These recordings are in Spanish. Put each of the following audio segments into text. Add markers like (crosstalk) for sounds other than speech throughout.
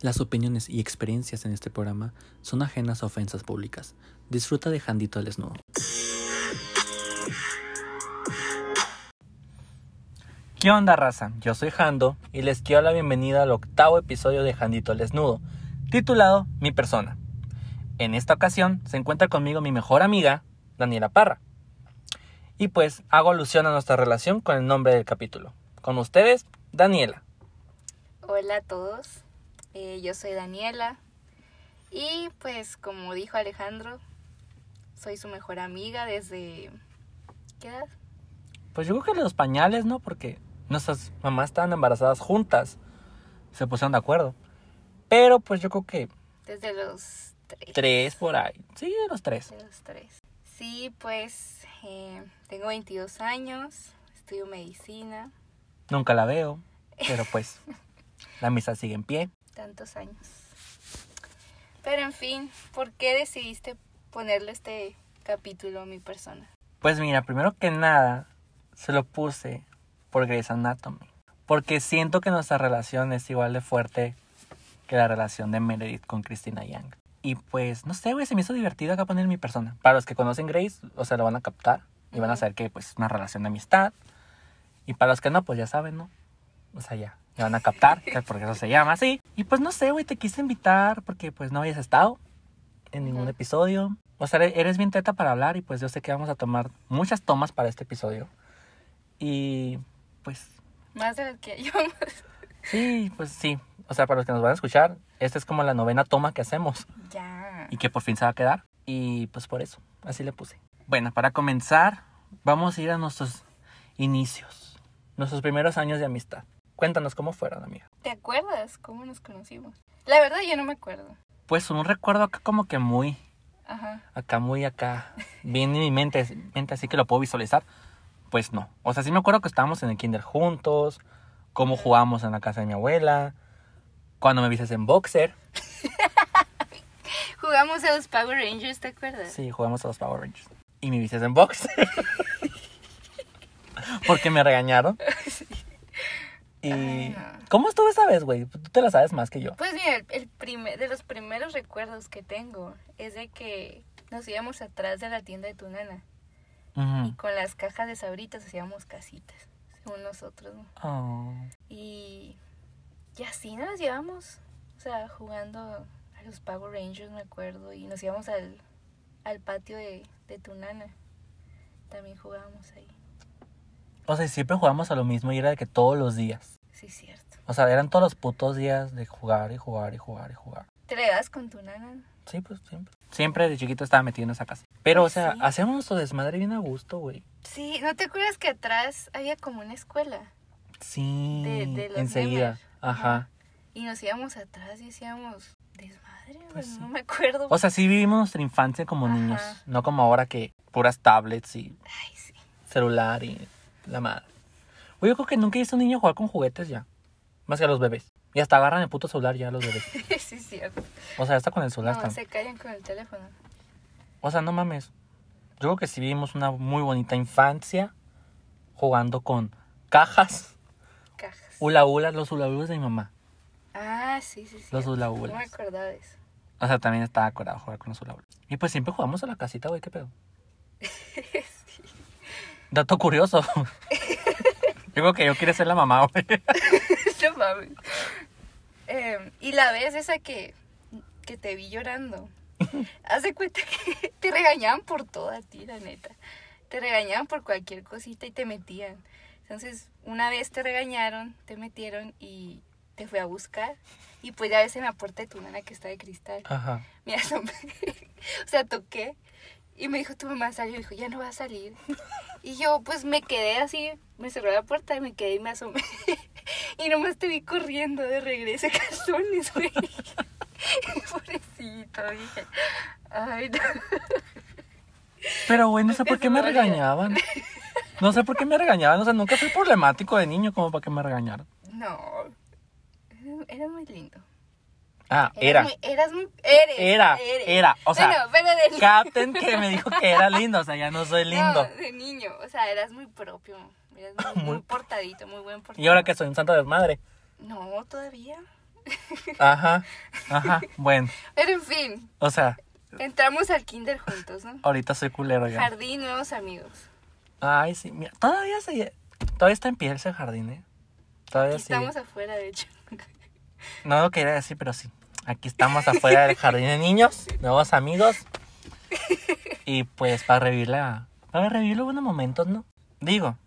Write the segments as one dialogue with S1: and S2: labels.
S1: Las opiniones y experiencias en este programa son ajenas a ofensas públicas. Disfruta de Jandito al Desnudo. ¿Qué onda, raza? Yo soy Jando y les quiero la bienvenida al octavo episodio de Jandito al Desnudo, titulado Mi persona. En esta ocasión se encuentra conmigo mi mejor amiga, Daniela Parra. Y pues hago alusión a nuestra relación con el nombre del capítulo. Con ustedes, Daniela.
S2: Hola a todos, eh, yo soy Daniela y pues como dijo Alejandro, soy su mejor amiga desde... ¿Qué edad?
S1: Pues yo creo que los pañales, ¿no? Porque nuestras mamás estaban embarazadas juntas. Se pusieron de acuerdo. Pero pues yo creo que
S2: Desde los tres.
S1: tres por ahí. Sí, los tres.
S2: De los tres. Sí, pues eh, tengo 22 años, estudio medicina,
S1: Nunca la veo. Pero pues la misa sigue en pie.
S2: tantos años. Pero en fin, ¿por qué decidiste ponerle este capítulo a mi persona?
S1: Pues mira, primero que nada, se lo puse por Grey's Anatomy. Porque siento que nuestra relación es igual de fuerte que la relación de Meredith con Christina Young. Y pues, no sé, güey, se me hizo divertido acá poner mi persona. Para los que conocen Grace, o sea, lo van a captar y van a
S2: Ujú.
S1: saber que pues es una relación de amistad. Y para los que no, pues ya saben, ¿no? O sea, ya, ya van a captar, que porque eso se llama así. Y pues no sé, güey, te quise invitar porque pues no habías estado en ningún
S2: Ujú.
S1: episodio. O sea, eres- eres bien teta para hablar y pues yo sé que vamos a tomar muchas tomas para este episodio. Y pues
S2: Más de lo que (laughs) yo.
S1: sí, pues sí. O sea, para los que nos van a escuchar, esta es como la novena toma que hacemos
S2: ya.
S1: y que por fin se va a quedar. Y pues por eso, así le puse. Bueno, para comenzar, vamos a ir a nuestros inicios, nuestros primeros años de amistad. Cuéntanos cómo fueron, amiga.
S2: ¿Te acuerdas cómo nos conocimos? La verdad yo no me acuerdo.
S1: Pues un recuerdo acá como que muy,
S2: Ajá.
S1: acá muy acá, bien en mi mente, mente así que lo puedo visualizar. Pues no. O sea, sí me acuerdo que estábamos en el kinder juntos, cómo jugábamos en la casa de mi abuela, cuando me vistes en boxer.
S2: Jugamos a los Power Rangers, ¿te acuerdas?
S1: Sí, jugamos a los Power Rangers. Y me vistes en boxer. (laughs) Porque me regañaron. Y...
S2: Ay, no.
S1: ¿Cómo estuvo esa vez, güey? Tú te la sabes más que yo.
S2: Pues mira, el, el primer, de los primeros recuerdos que tengo es de que nos íbamos atrás de la tienda de tu nana y
S1: Ujú.
S2: con las cajas de sabritas hacíamos casitas, según nosotros. ¿no?
S1: Oh.
S2: Y, y así nos llevamos, o sea, jugando a los Power Rangers, me acuerdo, y nos íbamos al, al patio de, de tu nana. También jugábamos ahí,
S1: O sea, siempre jugamos a lo mismo y era de que todos los días.
S2: sí, cierto.
S1: O sea, eran todos los putos días de jugar y jugar y jugar y jugar.
S2: ¿Te le das con tu nana?
S1: Sí, pues siempre. Siempre de chiquito estaba metido en esa casa. Pero, o
S2: Pues
S1: sea,
S2: sí.
S1: hacíamos nuestro desmadre bien a gusto, güey.
S2: Sí, ¿no te acuerdas que atrás había como una escuela?
S1: Sí.
S2: De- de los
S1: enseguida.
S2: memes.
S1: Ajá.
S2: Y nos íbamos atrás y hacíamos desmadre, güey,
S1: Pues sí.
S2: no me acuerdo.
S1: O sea, sí vivimos nuestra infancia como
S2: Ajá.
S1: niños. No como ahora que puras tablets y
S2: Ay, sí. (laughs)
S1: celular y la madre. Güey, yo creo que nunca he visto a un niño jugar con juguetes ya. Más que a los bebés. Y hasta agarran el puto celular ya los bebés.
S2: sí, es cierto.
S1: O sea, hasta con el celular
S2: (laughs) No,
S1: están.
S2: se callan con el teléfono.
S1: O sea, no mames. Yo creo que sí vivimos una muy bonita infancia jugando con cajas,
S2: Cajas.
S1: hula hula, los hula hulas de mi mamá.
S2: Ah, sí, sí, sí.
S1: Los hula
S2: No me
S1: hulas.
S2: acordaba de eso.
S1: O sea, también estaba acordado jugar con los hula hula. Y pues siempre jugamos a la casita, güey, qué (laughs) pedo. Dato (laughs) curioso. yo creo que yo quiero ser la mamá, güey.
S2: (laughs) No mames. Em, y la vez esa que, que te vi llorando. Haz de cuenta que (laughs) te regañaban por todo a ti, la neta. Te regañaban por cualquier cosita y te metían. Entonces, una vez te regañaron, te metieron y te fui a buscar. Y pues ya ves en la puerta de tu nana que está de cristal.
S1: Ajá.
S2: Me (laughs) asomé. O sea, toqué. Y me dijo tu mamá salió. Y dijo, ya no va a salir. Y yo, pues me quedé así. Me cerró la puerta y me quedé y me asomé. (laughs) Y nomás te vi corriendo de regreso a calzones, güey. (laughs) Pobrecito, dije. Ay, no.
S1: Pero, güey, no sé
S2: Nunca
S1: por
S2: se
S1: qué
S2: me
S1: me
S2: va a olvidar.
S1: regañaban. No sé por qué me regañaban. O sea, nunca fui problemático de niño como para que me regañaran.
S2: No. Eras muy lindo.
S1: Ah,
S2: Eras
S1: era.
S2: muy- eras muy. Eres.
S1: Era,
S2: eres.
S1: era, o sea,
S2: Bueno, pero de
S1: Capten que me dijo que era lindo. O sea, ya no soy lindo.
S2: (laughs) No, de niño. O sea, eras muy propio. Eras
S1: (laughs)
S2: muy,
S1: Muy-
S2: muy portadito, muy buen portadito. (laughs)
S1: Y ahora que soy un santo desmadre.
S2: No, todavía.
S1: Ajá, ajá, bueno,
S2: Pero en fin,
S1: o sea,
S2: entramos al kinder juntos, ¿no?
S1: ahorita soy culero ya.
S2: Jardín, nuevos amigos.
S1: Ay, sí, mira, todavía se, todavía está en pie ese jardín, ¿eh? Todavía
S2: Aquí
S1: sí.
S2: estamos afuera, de hecho. (laughs)
S1: No lo quería decir, pero sí. Aquí estamos afuera del jardín de niños, nuevos amigos. Y pues para revivirla, para revivir los buenos momentos, ¿no? Digo,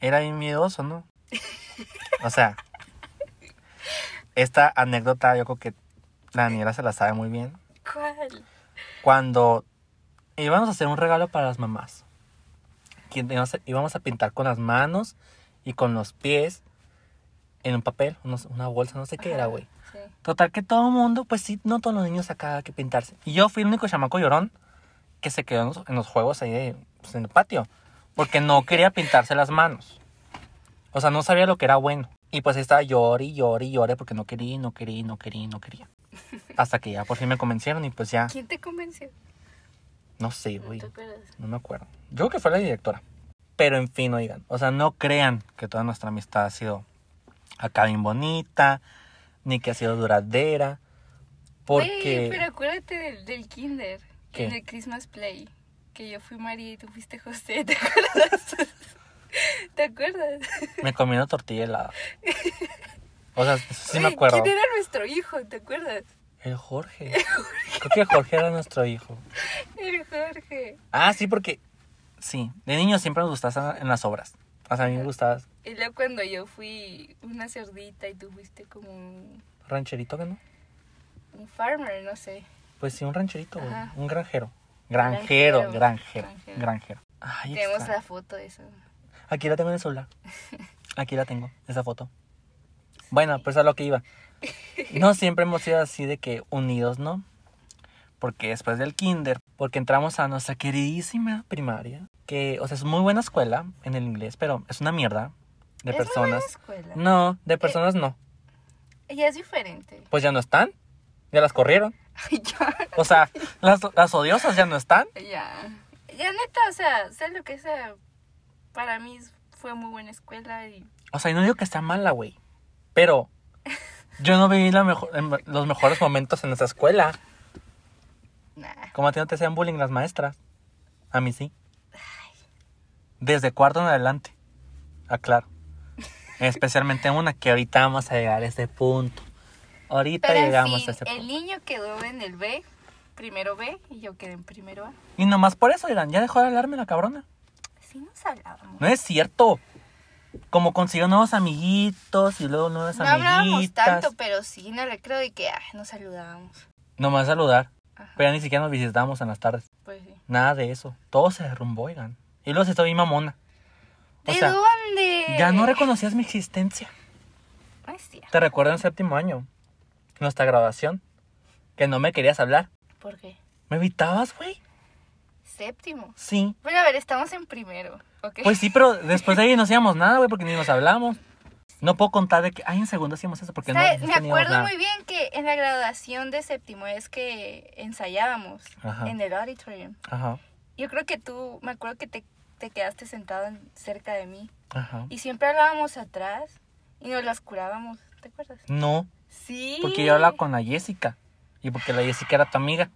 S1: era bien miedoso, ¿no? O sea, esta anécdota yo creo que la Daniela se la sabe muy bien.
S2: ¿Cuál?
S1: Cuando íbamos a hacer un regalo para las mamás, que íbamos a- íbamos a pintar con las manos y con los pies en un papel, unos- una bolsa, no sé qué era,
S2: Ajá,
S1: güey.
S2: Sí.
S1: Total que todo el mundo, pues sí, no todos los niños acá que pintarse. Y yo fui el único chamaco llorón que se quedó en los, en los juegos ahí de- pues, en el patio. Porque no quería pintarse las manos. O sea, no sabía lo que era bueno. Y pues ahí estaba lloré, y lloré, y lloré porque no quería, y no quería, y no quería, y no quería. Hasta que ya por fin me convencieron y pues ya,
S2: ¿Quién te convenció?
S1: no sé,
S2: No
S1: güey.
S2: te acuerdas.
S1: No me acuerdo. Yo creo que fue la directora. Pero en fin, oigan. O sea, no crean que toda nuestra amistad ha sido acá bien bonita, ni que ha sido duradera. Porque.
S2: Güey, pero acuérdate del, del kinder,
S1: ¿Qué?
S2: en el Christmas Play, que yo fui María y tú fuiste José, (laughs) ¿te acuerdas? ¿Te acuerdas?
S1: Me comí una tortilla
S2: (laughs)
S1: helada. O sea, sí me
S2: Güey,
S1: acuerdo.
S2: ¿Quién era nuestro hijo? ¿Te acuerdas?
S1: El Jorge. Creo que Jorge era nuestro hijo.
S2: El Jorge.
S1: Ah, sí, porque. Sí, de niño siempre nos gustaban en las obras. O sea, a mí me gustaba
S2: Y luego cuando yo fui una cerdita y tú fuiste como un,
S1: rancherito, ¿no?
S2: un farmer, no sé.
S1: Pues sí, un rancherito, güey.
S2: Ajá.
S1: Un granjero. Granjero,
S2: Granjero,
S1: granjero,
S2: granjero.
S1: granjero. Ay,
S2: Tenemos
S1: está.
S2: la foto de eso.
S1: Aquí la tengo en el celular. Aquí la tengo, esa foto. Bueno, pues a lo que iba. No siempre hemos sido así de que unidos, ¿no? Porque después del kinder, porque entramos a nuestra queridísima primaria, que, o sea, es muy buena escuela en el inglés, pero es una mierda de
S2: es muy buena
S1: personas.
S2: escuela.
S1: No, de personas no.
S2: Ella es diferente. (laughs)
S1: Pues ya no están, ya las corrieron.
S2: ya,
S1: O sea, las, las odiosas ya no están.
S2: (laughs) ya. Ya neta, o sea, sé lo que sea. Para mí fue muy buena escuela y
S1: O sea, y no digo que sea mala, güey, pero yo no viví la mejor- em, los mejores momentos en esa escuela.
S2: Nah.
S1: Como a ti no te hacían bullying las maestras. A mí sí. Desde cuarto en adelante. Aclaro. Especialmente una que ahorita vamos a llegar a ese punto. Ahorita
S2: Pero en
S1: llegamos
S2: fin,
S1: a ese
S2: el
S1: punto.
S2: niño quedó en el B, primero B, y yo quedé en primero A.
S1: Y nomás por eso, Irán, ya dejó de hablarme la cabrona.
S2: Así nos hablábamos.
S1: No es cierto. Como consiguió nuevos amiguitos y luego nuevas
S2: No hablábamos
S1: amiguitas.
S2: tanto, pero sí, en el recreo de que ay, nos saludábamos.
S1: Nomás saludar.
S2: Ajá,
S1: Pero ya ni siquiera nos visitábamos en las tardes.
S2: pues sí.
S1: Nada de eso. Todo se derrumbó, Irán. Y luego se hizo bien mamona. O
S2: ¿De
S1: sea,
S2: dónde?
S1: ya no reconocías mi existencia.
S2: No es cierto.
S1: Te recuerdo en séptimo año, nuestra graduación, que no me querías hablar.
S2: ¿Por qué?
S1: ¿Me evitabas, güey?
S2: Séptimo.
S1: Sí.
S2: Bueno, a ver, estamos en primero, ¿ok?
S1: Pues sí, pero después de ahí no hacíamos nada, güey, porque ni nos hablamos. No puedo contar de que, ay, en segundo hacíamos eso, porque no,
S2: ¿Sabes?
S1: no
S2: Me
S1: teníamos
S2: acuerdo
S1: nada.
S2: muy bien que en la graduación de séptimo es que ensayábamos
S1: Ajá.
S2: en el auditorium.
S1: Ajá,
S2: Yo creo que tú, me acuerdo que te, te quedaste sentado en- cerca de mí.
S1: ajá.
S2: Y siempre hablábamos atrás y nos las curábamos, ¿te acuerdas?
S1: No,
S2: Sí.
S1: porque yo hablaba con la Jessica, y porque la Jessica era tu amiga.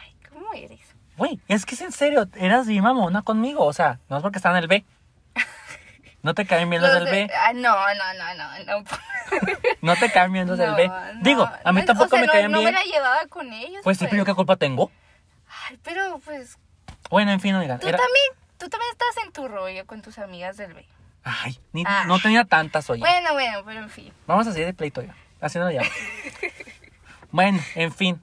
S2: Ay, ¿cómo eres?
S1: Güey, es que es en serio, eras mi mamona conmigo, o sea, no es porque está en el B. No te caen bien los
S2: Los
S1: del
S2: de-
S1: B,
S2: Ah, no, no, no, no, no.
S1: (laughs) no te caen bien los del
S2: No,
S1: B.
S2: no.
S1: Digo, a mí
S2: No,
S1: tampoco
S2: o sea,
S1: me
S2: no-
S1: caían
S2: No
S1: bien.
S2: me la llevaba con ellos.
S1: Pues sí, pero yo qué culpa tengo.
S2: Ay, pero pues
S1: Bueno, en fin, oigan.
S2: tú
S1: era-
S2: también, tú también estás en tu rollo con tus amigas del B.
S1: Ay, ni-
S2: Ah.
S1: no tenía tantas, oye.
S2: Bueno, bueno, pero en fin.
S1: Vamos a seguir de pleito, oiga. Haciendo ya.
S2: (laughs)
S1: bueno, en fin.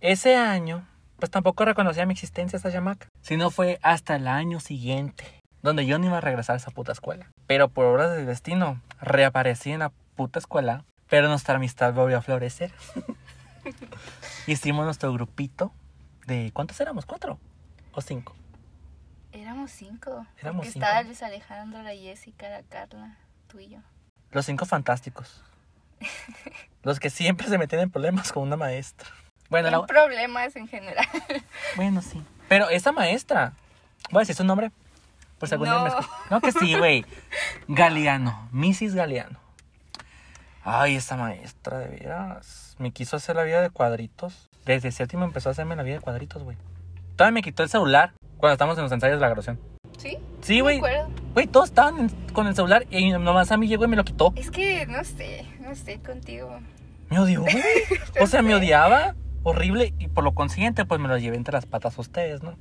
S1: Ese año, pues tampoco reconocía mi existencia esa chamaca. Sino fue hasta el año siguiente, donde yo no iba a regresar a esa puta escuela. Pero por obras del destino, reaparecí en la puta escuela. Pero nuestra amistad volvió a
S2: (laughs)
S1: florecer. Hicimos nuestro grupito de... ¿Cuántos éramos? ¿Cuatro? ¿O cinco?
S2: Éramos cinco.
S1: Éramos
S2: porque
S1: cinco.
S2: Estaba Luis Alejandro, la Jessica, la Carla, tú y yo.
S1: Los cinco fantásticos. Los que siempre se metían en problemas con una maestra. Bueno,
S2: En
S1: la-
S2: problemas en general. (laughs)
S1: bueno, sí. Pero esa maestra, voy a decir su nombre. Por si algún día me
S2: No.
S1: escucha. No, que sí, güey. Galeano, Mrs. Galeano. Ay, esa maestra, de veras. Me quiso hacer la vida de cuadritos. Desde séptimo empezó a hacerme la vida de cuadritos, güey. Todavía me quitó el celular cuando estábamos en los ensayos de la graduación.
S2: ¿Sí?
S1: Sí,
S2: Me
S1: güey.
S2: acuerdo.
S1: Güey, todos estaban en- con el celular y nomás a mí llegó y me lo quitó.
S2: Es que no sé, no sé contigo.
S1: Me odió, güey. O sea, me odiaba horrible y por lo consiguiente, pues me lo llevé entre las patas a ustedes, ¿no?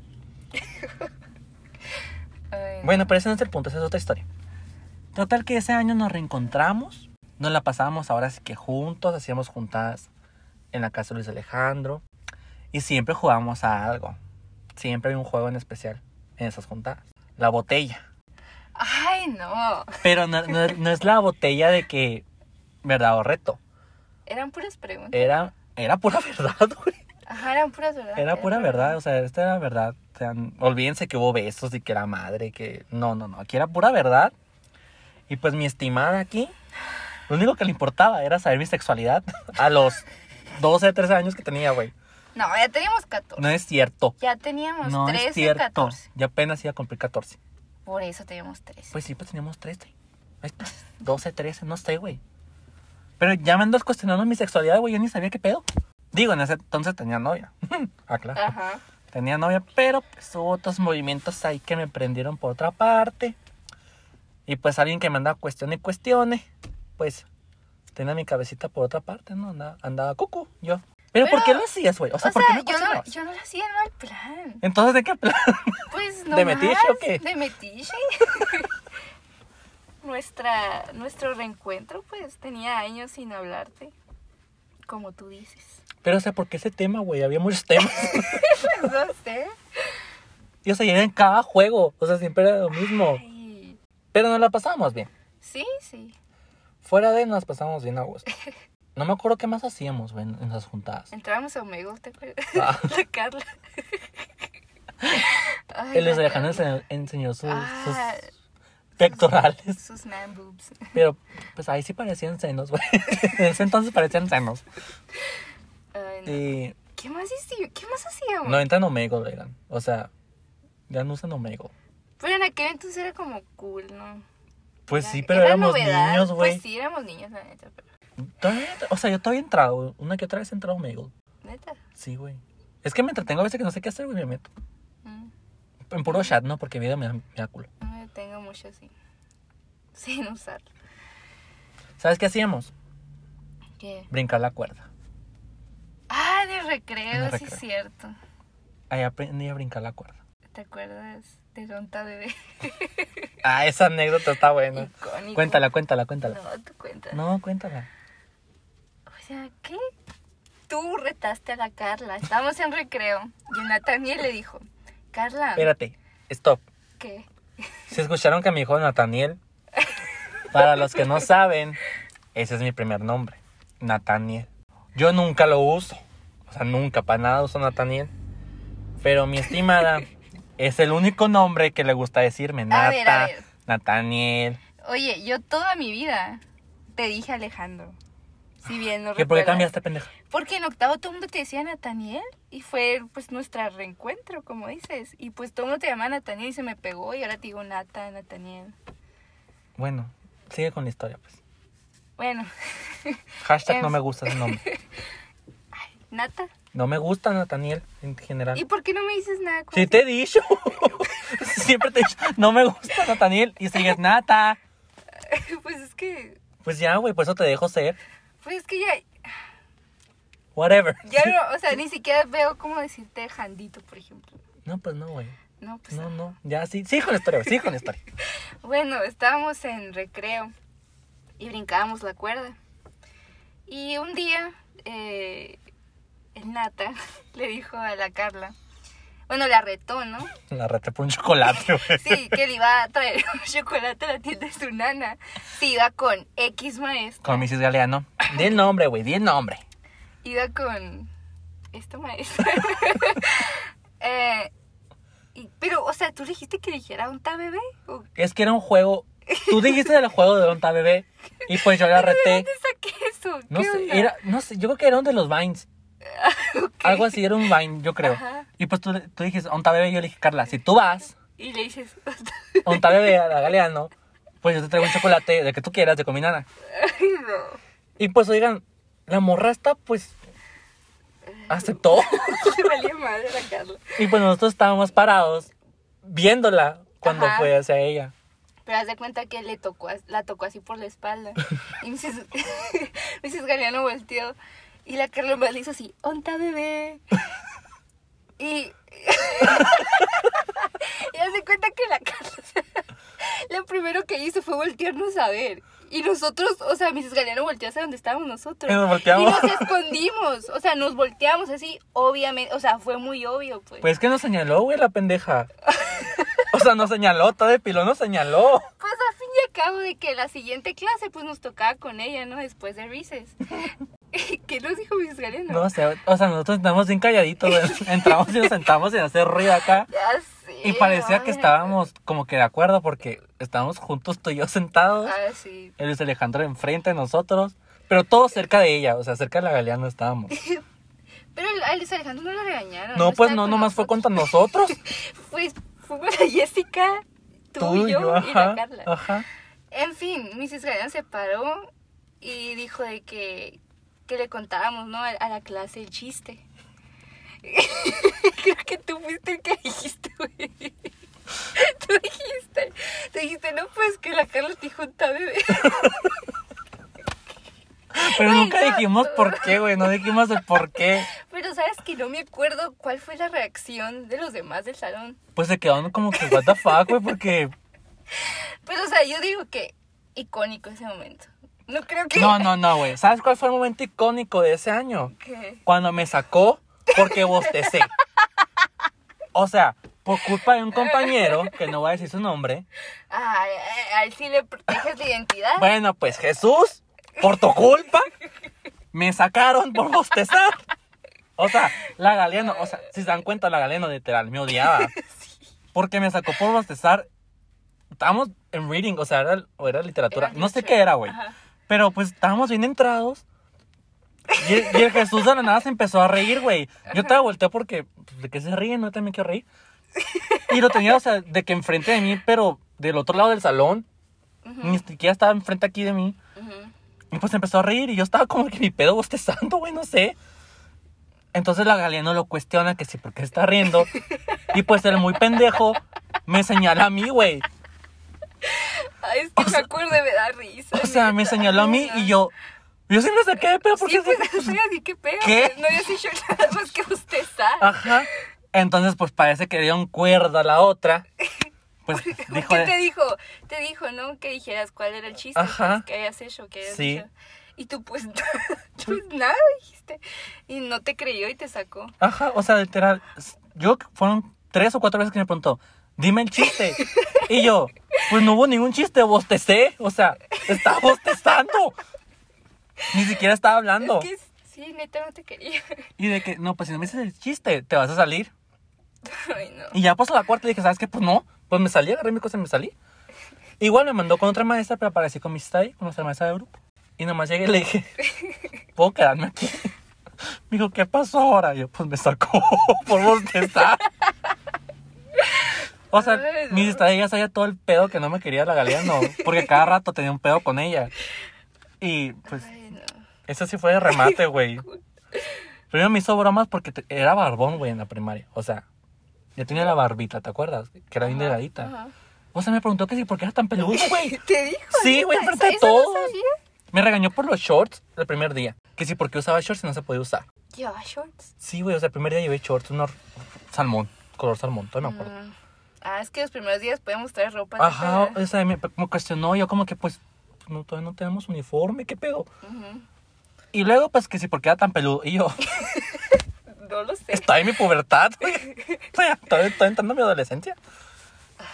S2: Ay, no.
S1: Bueno, pero ese no es el punto, esa es otra historia. Total que ese año nos reencontramos, nos la pasábamos ahora sí que juntos, hacíamos juntadas en la casa de Luis Alejandro y siempre jugábamos a algo. Siempre había un juego en especial en esas juntadas, la botella.
S2: Ay, no.
S1: Pero no, no- no es la botella de que verdad o reto,
S2: Eran puras preguntas.
S1: era era pura verdad, güey.
S2: Ajá, eran puras verdades.
S1: Eh, Era pura verdad, o sea, esta era verdad. O sea, n- olvídense que hubo besos y que era madre, que... No, no, no, aquí era pura verdad. Y pues mi estimada aquí, lo único que le importaba era saber mi sexualidad a los 12, 13 años que tenía, güey.
S2: No, ya teníamos 14.
S1: No es cierto.
S2: Ya teníamos
S1: No
S2: 13,
S1: es cierto.
S2: 14.
S1: Yo apenas iba a cumplir 14.
S2: Por eso teníamos 13.
S1: Pues sí, pues teníamos 13. Ay, pues, 12, 13, no sé, güey. Pero ya me andas cuestionando mi sexualidad, güey, yo ni sabía qué pedo. Digo, en ese entonces tenía novia. (laughs) ah, claro.
S2: Ajá.
S1: Tenía novia, pero pues hubo otros movimientos ahí que me prendieron por otra parte. Y pues alguien que me andaba cuestione y cuestione, pues tenía mi cabecita por otra parte, ¿no? Andaba, andaba cucu, yo. Pero, ¿por
S2: Pero-
S1: qué lo hacías, güey? O sea,
S2: o
S1: ¿por qué
S2: sea,
S1: me
S2: yo, no,
S1: cuestionabas?
S2: yo no lo hacía en mal plan.
S1: Entonces, ¿de qué plan?
S2: Pues no
S1: ¿De metiche o qué?
S2: De metiche. (laughs) Nuestra, nuestro reencuentro, pues, tenía años sin hablarte. Como tú dices.
S1: (laughs) Pero, o sea, ¿por qué ese tema, güey? Había muchos temas. (laughs)
S2: Pues no sé.
S1: y, o sea, y era en cada juego. O sea, siempre era lo mismo.
S2: Ay,
S1: Pero nos la pasábamos bien.
S2: Sí, sí.
S1: Fuera de nos pasábamos bien a gusto. No me acuerdo qué más hacíamos, güey, en en esas juntadas.
S2: Entramos a Omegos, ¿te acuerdas?
S1: Ah.
S2: (laughs) La
S1: (laughs)
S2: Carla. Ay,
S1: Él les
S2: la
S1: Alejandro
S2: Carla.
S1: ense- enseñó sus, sus
S2: Ah.
S1: pectorales. (laughs)
S2: Sus man boobs.
S1: Pero pues ahí sí parecían senos, güey. (laughs) En ese entonces parecían senos.
S2: Ay, no.
S1: Y
S2: ¿Qué más hicimos? ¿Qué más hacíamos?
S1: no entran omego, oigan. O sea, ya no usan omego.
S2: Pero en aquel entonces era como cool, ¿no?
S1: Pues
S2: Era-
S1: sí, pero
S2: era
S1: éramos
S2: novedad.
S1: niños, güey.
S2: Pues sí, éramos niños, la neta. Pero,
S1: Todavía- O sea, yo todavía he entrado. Una que otra vez he entrado omego.
S2: neta.
S1: Sí, güey. Es que me entretengo a veces que no sé qué hacer, güey, me meto.
S2: mm.
S1: En puro chat, ¿no? Porque video me da, me da culo.
S2: No me detengo mucho sin, (laughs) sin usarlo.
S1: ¿Sabes qué hacíamos?
S2: ¿Qué?
S1: Brincar la cuerda.
S2: Ah, de recreo,
S1: De
S2: sí
S1: recreo.
S2: es cierto.
S1: Ahí aprendí a brincar la cuerda.
S2: ¿Te acuerdas de Ronta Bebé?
S1: Ah, esa anécdota está buena.
S2: Icónico.
S1: Cuéntala, cuéntala, cuéntala.
S2: No, tú cuéntala.
S1: No, cuéntala.
S2: O sea, ¿qué? Tú retaste a la Carla. Estábamos en recreo. Y en la Tania le dijo, Carla,
S1: Espérate, stop.
S2: ¿qué?
S1: Si escucharon que mi hijo Nataniel, para los que no saben, ese es mi primer nombre, Nataniel. Yo nunca lo uso, o sea, nunca para nada uso Nataniel. Pero mi estimada es el único nombre que le gusta decirme, Nata,
S2: A ver, a ver.
S1: Nataniel.
S2: Oye, yo toda mi vida te dije Alejandro. Si bien no
S1: ¿Qué, ¿Por qué
S2: recuerdas.
S1: cambiaste, pendeja?
S2: Porque en octavo todo el mundo te decía Nataniel y fue pues nuestro reencuentro, como dices. Y pues todo el mundo te llamaba Nataniel y se me pegó y ahora te digo Nata, Nataniel.
S1: Bueno, sigue con la historia, pues.
S2: Bueno, (laughs)
S1: Hashtag no
S2: Em.
S1: me gusta ese
S2: (laughs)
S1: nombre.
S2: Nata.
S1: No me gusta Nataniel en general.
S2: ¿Y por qué no me dices nada? ¿Cómo
S1: Ah. Sí te he dicho. (laughs) Siempre te he dicho, no me gusta Nataniel y sigues Nata.
S2: te- Pues es que,
S1: Pues ya, güey, por eso te dejo ser.
S2: pues es que ya,
S1: Whatever.
S2: ya no, o sea, ni siquiera veo cómo decirte Jandito, por ejemplo.
S1: No, pues no, güey.
S2: No, pues
S1: No, no. Ya, sí. Sigue con la historia, güey. Sigue con la historia.
S2: Bueno, estábamos en recreo y brincábamos la cuerda. Y un día, eh, el Nata (laughs) le dijo a la Carla, bueno, la retó, ¿no?
S1: La reté por un chocolate, güey. (laughs)
S2: Sí, que le iba a traer un (laughs) chocolate a la tienda de su nana. Si iba con X maestra,
S1: Con Mrs. Galeano. Di el nombre, güey. Di el nombre.
S2: iba con
S1: (laughs)
S2: esta maestra. Eh, y- pero, o sea, ¿tú le dijiste que dijera un ta bebé? ¿O
S1: Es que era un juego. Tú dijiste del juego de Donta Bebé. Y pues yo la reté.
S2: dónde saqué eso? ¿Qué
S1: No sé,
S2: onda?
S1: era, no sé, yo creo que era un de los Vines.
S2: Ok.
S1: Algo así, era un Vine, yo creo.
S2: Ajá.
S1: Y pues tú, tú dijiste, Onta Bebé, yo le dije, Carla, si tú vas,
S2: Y le dices, (laughs)
S1: Onta Bebé a la Galeano, pues yo te traigo un chocolate de que tú quieras, de combinada.
S2: Ay, no.
S1: Y pues oigan, la morra está pues aceptó.
S2: (laughs) Le valía madre a Carla.
S1: Y pues nosotros estábamos parados viéndola cuando
S2: Ajá.
S1: fue hacia ella.
S2: Pero haz de cuenta que le tocó, as- la tocó así por
S1: (laughs)
S2: la espalda. Y (laughs) Mrs. Mrs. Galeano volteó. Y la Carla más le hizo así,
S1: (laughs)
S2: ¡Onta bebé! Y... (laughs) y haz de cuenta que la Carla... (laughs) lo primero que hizo fue voltearnos a ver. Y nosotros, o sea, Mrs. Galeano volteó hacia donde estábamos nosotros.
S1: Y nos volteamos.
S2: Y nos escondimos. O sea, nos volteamos así, obviamente. O sea, fue muy obvio, pues.
S1: Pues que nos señaló, güey, la pendeja. O sea, nos señaló, todo de pilón nos señaló.
S2: Pues al fin y al cabo de que la siguiente clase pues nos tocaba con ella, ¿no? Después de Recess. (laughs) ¿Qué nos dijo Miss Galeno?
S1: No sé, o sea, nosotros estamos bien calladitos, güey. Entramos y nos sentamos sin hacer ruido acá.
S2: Ya sé,
S1: Y parecía
S2: ay.
S1: que estábamos como que de acuerdo porque estábamos juntos tú y yo sentados.
S2: Ah, sí.
S1: El Luis Alejandro enfrente de nosotros. Pero todos cerca de ella, o sea, cerca de la galeana estábamos.
S2: Pero el- a Luis Alejandro no lo regañaron.
S1: No, pues
S2: estaba
S1: no,
S2: con
S1: nomás fue
S2: nosotros.
S1: contra nosotros.
S2: Pues fue con la Jessica, (laughs) tú, y yo, y la Carla.
S1: ajá.
S2: En fin, Mrs. Galeno se paró y dijo de que, que le contábamos, ¿no? A, a la clase el chiste. (laughs) Creo que tú fuiste el que dijiste, güey. Tú dijiste, tú dijiste, no, pues que la Carla te dijo un bebé. (laughs)
S1: Pero
S2: Güey,
S1: nunca
S2: no.
S1: dijimos por qué, güey. No dijimos el por qué.
S2: Pero sabes que no me acuerdo cuál fue la reacción de los demás del salón.
S1: Pues se quedaron como que, what the fuck, güey, porque.
S2: Pues, o sea, yo digo que icónico ese momento. No creo que...
S1: No, no, no, güey. ¿Sabes cuál fue el momento icónico de ese año?
S2: (laughs) que-
S1: Cuando me sacó porque bostecé. O sea, por culpa de un compañero, que no voy a decir su nombre.
S2: Ay, ay, a él sí le proteges la identidad.
S1: Bueno, pues Jesús, por tu culpa, me sacaron por bostezar. O sea, la Galeno, o sea, si se dan cuenta, la Galeno literal me odiaba. Porque me sacó por bostezar. Estábamos en reading, o sea, era, o era literatura.
S2: Era
S1: No sé
S2: literature.
S1: qué era, güey.
S2: Ajá.
S1: Pero pues estábamos bien entrados. Y el, y el Jesús de la nada se empezó a reír, güey. Yo te volteé porque, pues, ¿de qué se ríen? No, yo también quiero reír. Y lo tenía, o sea, de que enfrente de mí, pero del otro lado del salón. Ni siquiera estaba enfrente aquí de mí.
S2: Ujú.
S1: Y pues empezó a reír y yo estaba como que mi pedo bostezando, güey, no sé. Entonces la Galeano lo cuestiona que sí, porque está riendo. Y pues el muy pendejo me señala a mí, güey.
S2: Ay, es que me acuerdo y me da risa.
S1: O sea, me
S2: neta.
S1: señaló a mí y yo... Yo sí me saqué de pedo porque...
S2: Sí, pues estoy así, ¿qué pedo? Pues,
S1: ¿Qué? Ah,
S2: No había dicho nada más que usted sabe.
S1: Ajá. Entonces pues parece que dieron cuerda a la otra. Pues dijo...
S2: (laughs) ¿Qué te dijo? Te dijo, ¿no? Que dijeras cuál era el chiste
S1: Ajá.
S2: pues, que habías hecho, que habías
S1: Sí.
S2: hecho. Y tú pues, (laughs) pues nada dijiste. Y no te creyó y te sacó.
S1: Ajá, o sea, literal. s- Yo c- fueron tres o cuatro veces que me preguntó, dime el chiste. Y yo, pues no hubo ningún chiste, bostecé. O sea, estaba bostezando. Ni siquiera estaba hablando.
S2: Es que sí, neta, no te quería.
S1: Y de que, no, pues si no me dices el chiste, te vas a salir.
S2: (laughs) Ay, no.
S1: Y ya pasó la cuarta y dije, ¿sabes qué? Pues no. Pues me salí, agarré mi cosa y me salí. Igual me mandó con otra maestra, pero aparecí con mi style, con nuestra maestra de grupo. Y nomás llegué y le
S2: (laughs)
S1: dije, ¿puedo quedarme aquí? Me dijo, ¿qué pasó ahora? Y yo, pues me sacó (laughs) por bostezar. O sea,
S2: Ay, no.
S1: mi style ya sabía todo el pedo que no me quería la Galeano, porque cada rato tenía un pedo con ella. Y pues,
S2: Ay, no.
S1: eso sí fue de remate, güey. Primero me hizo bromas porque te- era barbón, güey, en la primaria. O sea, yo tenía la barbita, ¿te acuerdas? Que era bien delgadita.
S2: Ajá.
S1: O sea, me preguntó que si por qué eras tan peludo, güey.
S2: ¿Te dijo?
S1: Sí,
S2: neta?
S1: güey, enfrente de
S2: ¿Eso no
S1: todos.
S2: sabía?
S1: Me regañó por los shorts el primer día. Que si por qué usaba shorts y no se podía usar.
S2: Llevaba shorts.
S1: Sí, güey, o sea, el primer día llevé shorts, unos salmón, color salmón, todavía me acuerdo.
S2: Mm. Ah, es que los primeros días podemos traer ropa. ¿te
S1: Ajá,
S2: acuerdas?
S1: o sea, me, me cuestionó, yo como que pues, no, todavía no tenemos uniforme, ¿qué pedo?
S2: Ujú.
S1: Y luego, pues que si por qué era tan peludo. Y yo,
S2: No lo sé.
S1: (laughs) está en mi pubertad, güey. O sea, todavía estoy entrando a mi adolescencia.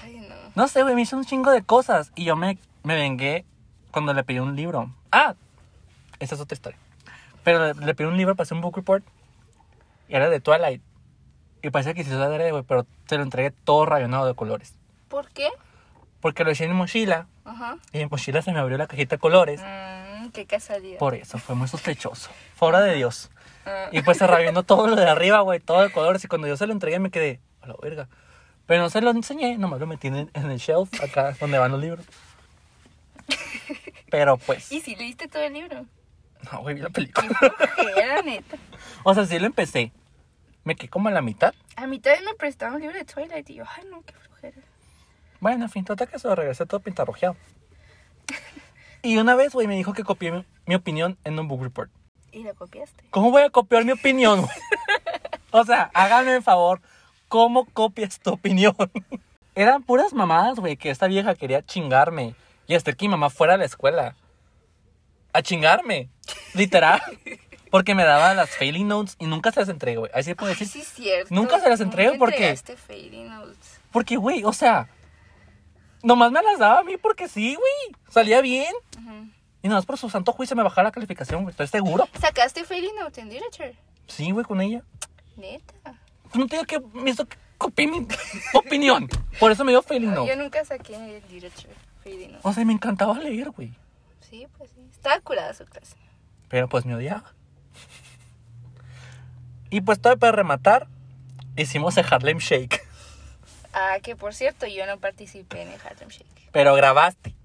S2: Ay, no.
S1: No sé, güey, me hizo un chingo de cosas. Y yo me, me vengué cuando le pedí un libro. Ah, esa es otra historia. Pero le, le pedí un libro para hacer un book report. Y era de Twilight. Y parecía que se hizo adrede, güey, pero te lo entregué todo rayonado de colores.
S2: ¿Por qué?
S1: Porque lo eché en mi mochila.
S2: Ajá.
S1: Y en mi mochila se me abrió la cajita de colores.
S2: Mm, qué casualidad.
S1: Por eso, fue muy sospechoso. Fue obra de Dios.
S2: Ah,
S1: Y pues se rabió todo lo de arriba, güey, todo de colores. Y cuando yo se lo entregué me quedé, a la verga. Pero no se lo enseñé, nomás lo metí en, en el shelf, acá donde van los libros. Pero pues,
S2: ¿Y si leíste todo el libro? (laughs)
S1: No, güey, vi la película.
S2: Era neta.
S1: O sea, sí lo empecé. Me quedé como a la mitad.
S2: A mí también me prestaron un libro de Twilight y yo, ay, no, qué flojera.
S1: Bueno, en fin, total que se lo regresé todo pintarrojeado. Y una vez, güey, me dijo que copié mi, mi opinión en un book report.
S2: Y la copiaste.
S1: ¿Cómo voy a copiar mi opinión, güey? O sea, háganme el favor. ¿Cómo copias tu opinión? Eran puras mamadas, güey, que esta vieja quería chingarme. Y hasta que mi mamá fuera a la escuela. A chingarme. Literal. Porque me daba las failing notes y nunca se las entregué, güey. Así puedo
S2: Ay,
S1: decir.
S2: sí, es cierto.
S1: Pues Nunca se las entrego
S2: Nunca
S1: porque-
S2: entregaste fading notes.
S1: Porque, güey, o sea. Nomás me las daba a mí porque sí, güey. Salía bien.
S2: Ujú.
S1: Y nomás por su santo juicio me bajaba la calificación, güey. Estoy seguro.
S2: ¿Sacaste fading notes en literature?
S1: Sí, güey, con ella.
S2: Neta.
S1: Pues no te digo que me hizo que copié mi opinión. Por eso me dio failing
S2: Yo
S1: note.
S2: nunca saqué en literature fading notes.
S1: O sea, me encantaba leer, güey.
S2: Sí, pues sí. Estaba curada su clase.
S1: Pero pues me odiaba. Y pues todavía para rematar, hicimos el Harlem Shake.
S2: Ah, que por cierto, yo no participé en el Harlem Shake.
S1: Pero grabaste.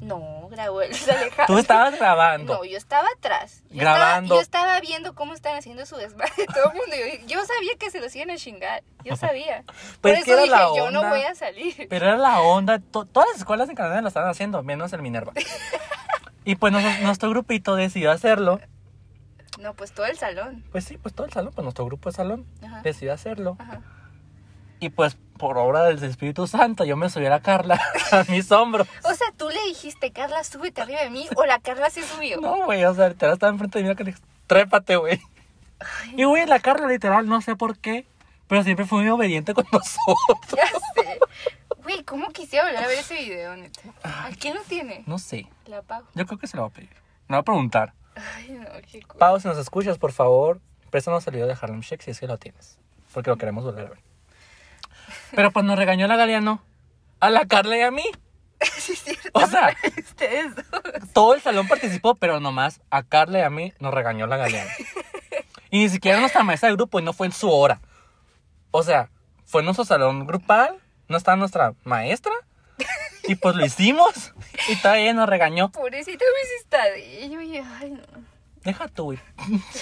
S2: No, grabó el (laughs) Alejandro.
S1: Tú estabas grabando.
S2: No, yo estaba atrás. Yo
S1: Grabando.
S2: Estaba, yo estaba viendo cómo estaban haciendo su desmadre (laughs) todo el mundo. Yo, yo sabía que se los iban a chingar. Yo sabía. Por
S1: (laughs) Pues es
S2: eso
S1: que era
S2: dije,
S1: la
S2: yo no
S1: onda.
S2: voy a salir. (laughs)
S1: Pero era la onda. to- todas las escuelas en Canadá lo estaban haciendo, menos el
S2: (laughs)
S1: Minerva. Y pues nos- nuestro grupito decidió hacerlo.
S2: No, pues todo el salón.
S1: Pues sí, pues todo el salón, pues nuestro grupo de salón
S2: Ajá.
S1: decidió hacerlo.
S2: Ajá.
S1: Y pues por obra del Espíritu Santo yo me subí a la Carla (laughs) a mis hombros.
S2: O sea, tú le dijiste, Carla, súbete arriba de mí, o la Carla se subió.
S1: No, güey, o sea, literal estaba enfrente de mí la Carla. Trépate, güey. Y güey, la Carla literal, no sé por qué, pero siempre fue muy obediente con (laughs) nosotros.
S2: Ya sé. Güey, ¿cómo quisiera volver a ver ese video, neta? ¿A quién lo tiene?
S1: No sé,
S2: La apago.
S1: yo creo que se lo voy a pedir. Me voy a preguntar.
S2: Ay, no,
S1: (laughs)
S2: qué cool.
S1: Pau, si nos escuchas, por favor, préstanos el video de Harlem Shake si es que lo tienes. Porque lo queremos volver a ver. Pero pues nos regañó la Galeano, a la Carla y a mí.
S2: (laughs) Sí, es cierto.
S1: O sea,
S2: Ustedes dos.
S1: todo el salón participó, pero nomás a Carla y a mí nos regañó la Galeana. Y ni siquiera nuestra maestra de grupo y no fue en su hora. O sea, fue en nuestro salón grupal, no estaba nuestra maestra. Y pues lo hicimos. Y todavía ella nos regañó.
S2: Pobrecita me hiciste de ello y ay, no.
S1: Deja tú, güey.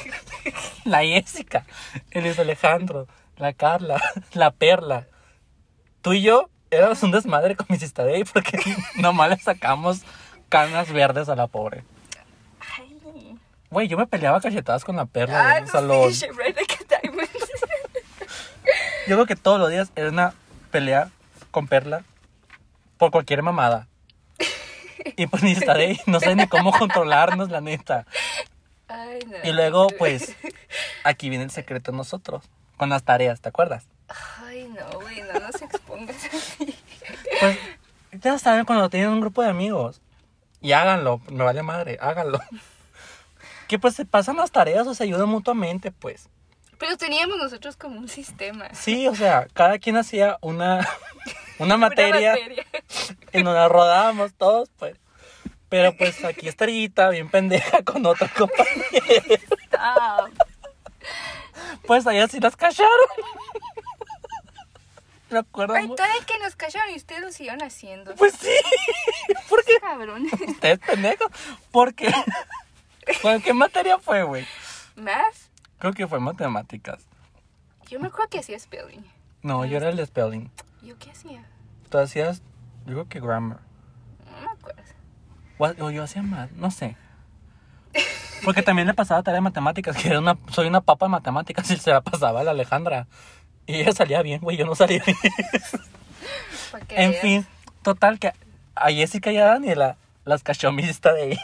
S1: (laughs) La Jessica, el Luis Alejandro, la Carla, la Perla. Tú y yo éramos un desmadre con mi ahí porque nomás le sacamos canas verdes a la pobre.
S2: Ay, no.
S1: Güey, yo me peleaba cachetadas con la perla
S2: Ah,
S1: del
S2: no
S1: salón.
S2: sé, Shivra Like a Diamond. (laughs)
S1: Yo creo que todos los días era una pelea con perla por cualquier mamada. Y pues ni estaré, no sé ni cómo controlarnos, la neta.
S2: Ay, no.
S1: Y luego, pues, aquí viene el secreto de nosotros, con las tareas, ¿te acuerdas?
S2: Ay, no, güey, no nos expongas así.
S1: Pues, ya saben cuando tienen un grupo de amigos. Y háganlo, me vale madre, háganlo. Que pues se pasan las tareas o se ayudan mutuamente, pues.
S2: (laughs) Pero teníamos nosotros como un sistema.
S1: Sí, o sea, cada quien hacía una, una materia.
S2: Una materia.
S1: y nos la rodábamos todos, pues. Pero pues aquí estrellita, bien pendeja con (laughs) otra compañera.
S2: Stop.
S1: Pues allá sí las cacharon. Me acuerdo.
S2: Ay,
S1: mu-
S2: todavía que nos callaron y ustedes lo siguieron haciendo.
S1: Pues sí. Porque
S2: Cabrones.
S1: ustedes pendejos. Porque. ¿Cuál- ¿Qué materia fue, güey?
S2: ¿Más?
S1: Creo que fue matemáticas.
S2: Yo me acuerdo que hacía spelling.
S1: No, yo era el de spelling.
S2: ¿Yo qué hacía?
S1: Tú hacías, yo creo que grammar.
S2: No me acuerdo.
S1: O, o yo hacía más, no sé. Porque también le pasaba tarea de matemáticas, que era una, soy una papa de matemáticas y se la pasaba a la Alejandra. Y ella salía bien, güey, yo no salía bien. (laughs)
S2: Pa' que
S1: en
S2: veas.
S1: fin, total que a Jessica y a Daniela las cachó mi lista
S2: (laughs)
S1: de ahí.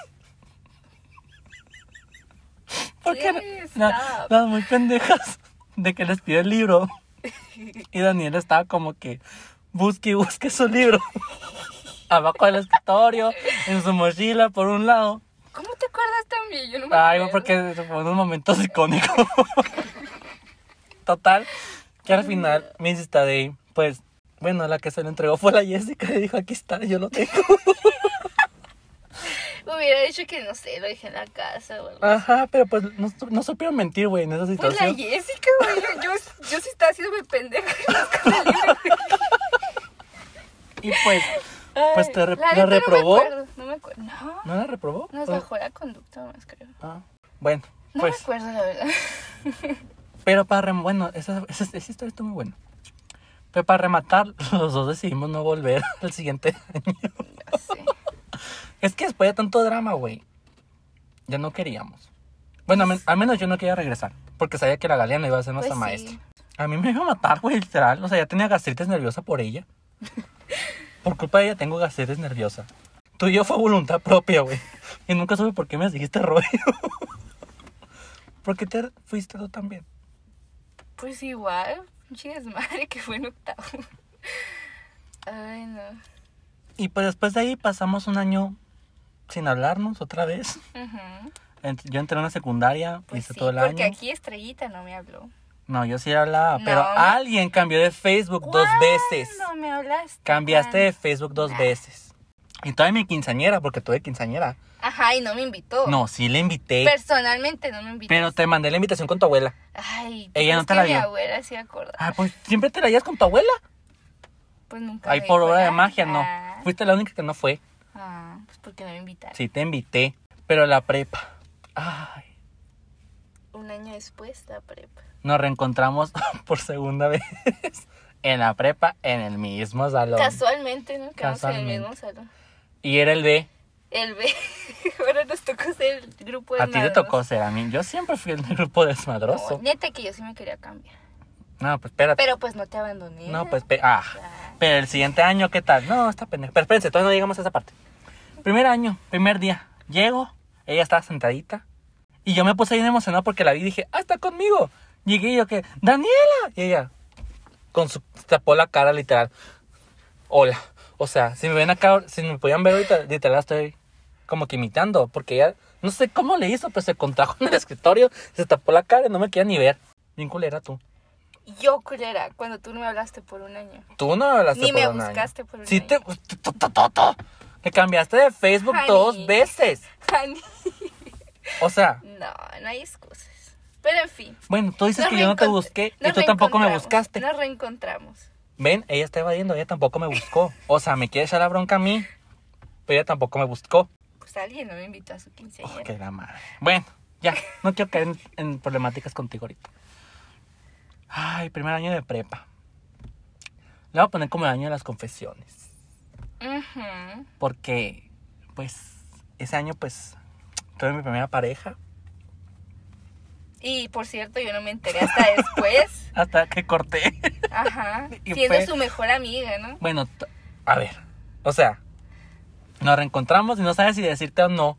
S1: Porque
S2: Sí,
S1: eran-
S2: stop.
S1: las muy pendejas de que les pide el
S2: (laughs)
S1: libro. Y Daniela estaba como que busque y busque su libro. (laughs) Abajo del escritorio, en su mochila, por un lado.
S2: ¿Cómo te acuerdas también? Yo no me
S1: Ay,
S2: acuerdo.
S1: porque fue unos momentos icónicos. Total, que al final Miss Insta Day, pues, bueno, la que se lo entregó fue la Jessica y dijo, aquí está, yo lo tengo.
S2: Hubiera dicho que no sé, lo dejé en la casa o algo.
S1: Ajá, pero pues no, su- no supieron mentir, güey, en esa
S2: Pues la
S1: situación.
S2: Jessica, güey. Yo, yo, yo sí estaba haciéndome pendeja en la escuela libre, güey.
S1: Y pues, pues te re-
S2: La
S1: la
S2: neta
S1: reprobó.
S2: No me acuerdo. No, me acuerdo. no.
S1: ¿No la reprobó?
S2: Nos
S1: O-
S2: bajó la conducta más, creo.
S1: Ah, Bueno,
S2: No
S1: pues.
S2: recuerdo, la verdad. (laughs)
S1: Pero para rem- bueno, esa, esa, esa historia está muy buena. Pero para rematar, los dos decidimos no volver al siguiente año.
S2: No sé.
S1: Es que después de tanto drama, güey, ya no queríamos. Bueno, al men- al menos yo no quería regresar, porque sabía que la Galeana iba a ser nuestra
S2: Pues sí.
S1: maestra. A mí me iba a matar, güey, literal. O sea, ya tenía gastritis nerviosa por
S2: (laughs)
S1: ella. Por culpa de ella tengo gastritis nerviosa. Tú y yo fue voluntad propia, güey. Y nunca supe por qué me seguiste rollo. (laughs) ¿Por qué te fuiste tú también?
S2: Pues igual, chingas madre que fue en octavo. Ay, no.
S1: Y pues después de ahí pasamos un año sin hablarnos otra vez.
S2: Ujú.
S1: Ent- Yo entré a una secundaria,
S2: Pues
S1: hice
S2: sí,
S1: todo el
S2: porque
S1: año.
S2: aquí Estrellita no me habló.
S1: No, yo sí hablaba,
S2: No.
S1: pero alguien cambió de Facebook dos veces.
S2: No me hablaste.
S1: Cambiaste de
S2: Juan?
S1: Facebook dos veces. Y todavía mi quinceañera, porque tuve quinceañera.
S2: Ajá, y no me invitó.
S1: No, sí le invité,
S2: Personalmente no me invitó.
S1: pero te mandé la invitación con tu abuela.
S2: Ay, pues
S1: Ella no
S2: es
S1: te
S2: que
S1: la
S2: mi
S1: dio.
S2: abuela sí acorda.
S1: Ah, pues siempre te la llevas con tu abuela.
S2: Pues nunca.
S1: Ay,
S2: me
S1: por
S2: dijo
S1: obra de
S2: nada.
S1: magia, no.
S2: Ah,
S1: Fuiste la única que no fue.
S2: ah, pues porque no me invitaron.
S1: Sí, te invité, pero la prepa. Ay,
S2: Un año después, la prepa.
S1: nos reencontramos (laughs) por segunda vez en la prepa, en el mismo salón.
S2: Casualmente, ¿no? Quedamos en el
S1: Casualmente.
S2: mismo salón.
S1: Y era el B.
S2: El B. (laughs) Ahora nos tocó ser el grupo de
S1: A ti te
S2: madrosos.
S1: tocó ser a mí. Yo siempre fui el del grupo
S2: No,
S1: desmadroso.
S2: neta que yo sí me quería cambiar.
S1: No, pues espérate.
S2: Pero pues no te abandoné.
S1: No, pues, pe- ah.
S2: Ya.
S1: Pero el siguiente año, ¿qué tal? No, está pendejo. Pero espérense, todavía no llegamos a esa parte. Primer año, primer día. Llego, ella estaba sentadita. Y yo me puse bien emocionado porque la vi y dije, ah, está conmigo. Llegué y yo que, Daniela. Y ella, con su, tapó la cara literal. Hola. O sea, si me ven acá, si me podían ver ahorita, literal la estoy como que imitando. Porque ella, no sé cómo le hizo, pero se contrajo en el escritorio, se tapó la cara y no me quería ni ver. Bien culera tú.
S2: Yo, culera, cuando tú no me hablaste por un año. (laughs)
S1: Tú no me hablaste
S2: Ni
S1: por
S2: me
S1: un año.
S2: buscaste por un
S1: Sí
S2: año.
S1: te... pues, tu, tu, tu, tu. Te cambiaste de Facebook
S2: Honey.
S1: dos veces.
S2: Jani.
S1: O sea,
S2: No, no hay excusas. Pero en fin.
S1: bueno, tú dices
S2: nos
S1: que yo no te
S2: reencont-
S1: busqué y
S2: nos
S1: tú tampoco me
S2: reencontramos,
S1: buscaste.
S2: Nos reencontramos.
S1: Ven, ella está evadiendo, ella tampoco me buscó. O sea, me quiere echar la bronca a mí, pero ella tampoco me buscó.
S2: Pues alguien no me invitó a su
S1: Oh,
S2: quinceañera.
S1: qué la madre. Bueno, ya, no quiero caer en, en problemáticas contigo ahorita. Ay, primer año de prepa. Le voy a poner como el año de las confesiones.
S2: Ujú.
S1: porque pues ese año pues tuve mi primera pareja
S2: Y por cierto, yo no me enteré hasta
S1: (laughs)
S2: después.
S1: hasta que corté. (laughs)
S2: Ajá.
S1: Y
S2: Siendo
S1: fue-
S2: su mejor amiga, ¿no?
S1: Bueno, t- a ver, o sea, nos reencontramos y no sabes si decirte o no,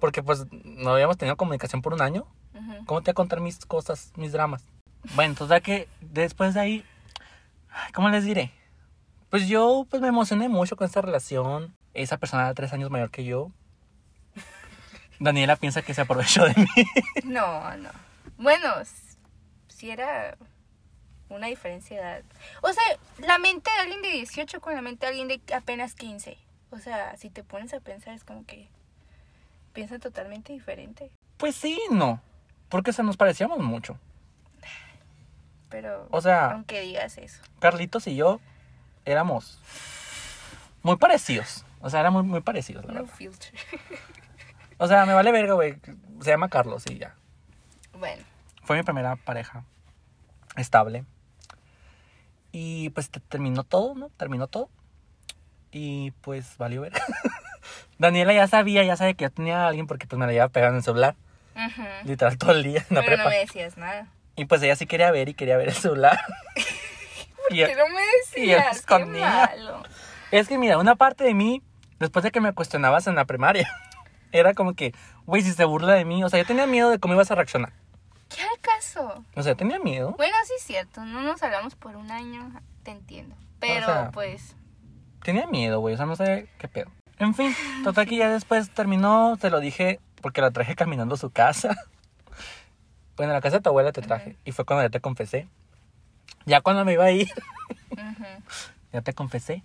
S1: porque pues no habíamos tenido comunicación por un año.
S2: Ujú.
S1: ¿Cómo te voy a contar mis cosas, mis dramas? Bueno, entonces ya que después de ahí, ay, ¿cómo les diré? Pues yo pues me emocioné mucho con esta relación. Esa persona era tres años mayor que yo. Daniela piensa que se aprovechó de mí.
S2: No, no. Bueno, s- si era una diferencia de edad. O sea, la mente de alguien de 18 con la mente de alguien de apenas 15. O sea, si te pones a pensar es como que piensan totalmente diferente.
S1: Pues sí, no. Porque se nos parecíamos mucho.
S2: Pero
S1: O sea,
S2: aunque digas eso.
S1: Carlitos y yo éramos muy parecidos. O sea, éramos muy parecidos, la
S2: No
S1: verdad.
S2: filter.
S1: O sea, me vale verga, güey. Se llama Carlos y ya.
S2: (laughs) Bueno,
S1: Fue mi primera pareja estable. Y pues te- terminó todo, ¿no? Terminó todo. Y pues valió verga. (laughs) Daniela ya sabía, ya sabía que yo tenía a alguien porque pues me la llevaba pegando en el celular.
S2: ujú.
S1: Literal todo el día en la
S2: pero
S1: prepa.
S2: no me decías nada.
S1: Y pues ella sí quería ver y quería ver el
S2: (laughs)
S1: celular. Y-
S2: ¿Por qué no me
S1: y yo
S2: decías? Qué
S1: escondía.
S2: malo.
S1: Es que mira, una parte de mí, después de que me cuestionabas en la primaria, (laughs) era como que, güey, si se burla de mí, o sea, yo tenía miedo de cómo ibas a reaccionar.
S2: ¿Qué al caso?
S1: O sea, yo tenía miedo.
S2: Bueno, sí es cierto, no nos hablamos por un año, te entiendo. Pero
S1: sea,
S2: pues,
S1: Tenía miedo, güey, o sea, no sé qué pedo. En fin, total que ya después terminó, te lo dije porque la traje caminando a su casa. (laughs) Bueno, a la casa de tu abuela te traje y fue cuando ya te confesé. Ya cuando me iba a ir, (laughs)
S2: ujú.
S1: ya te confesé.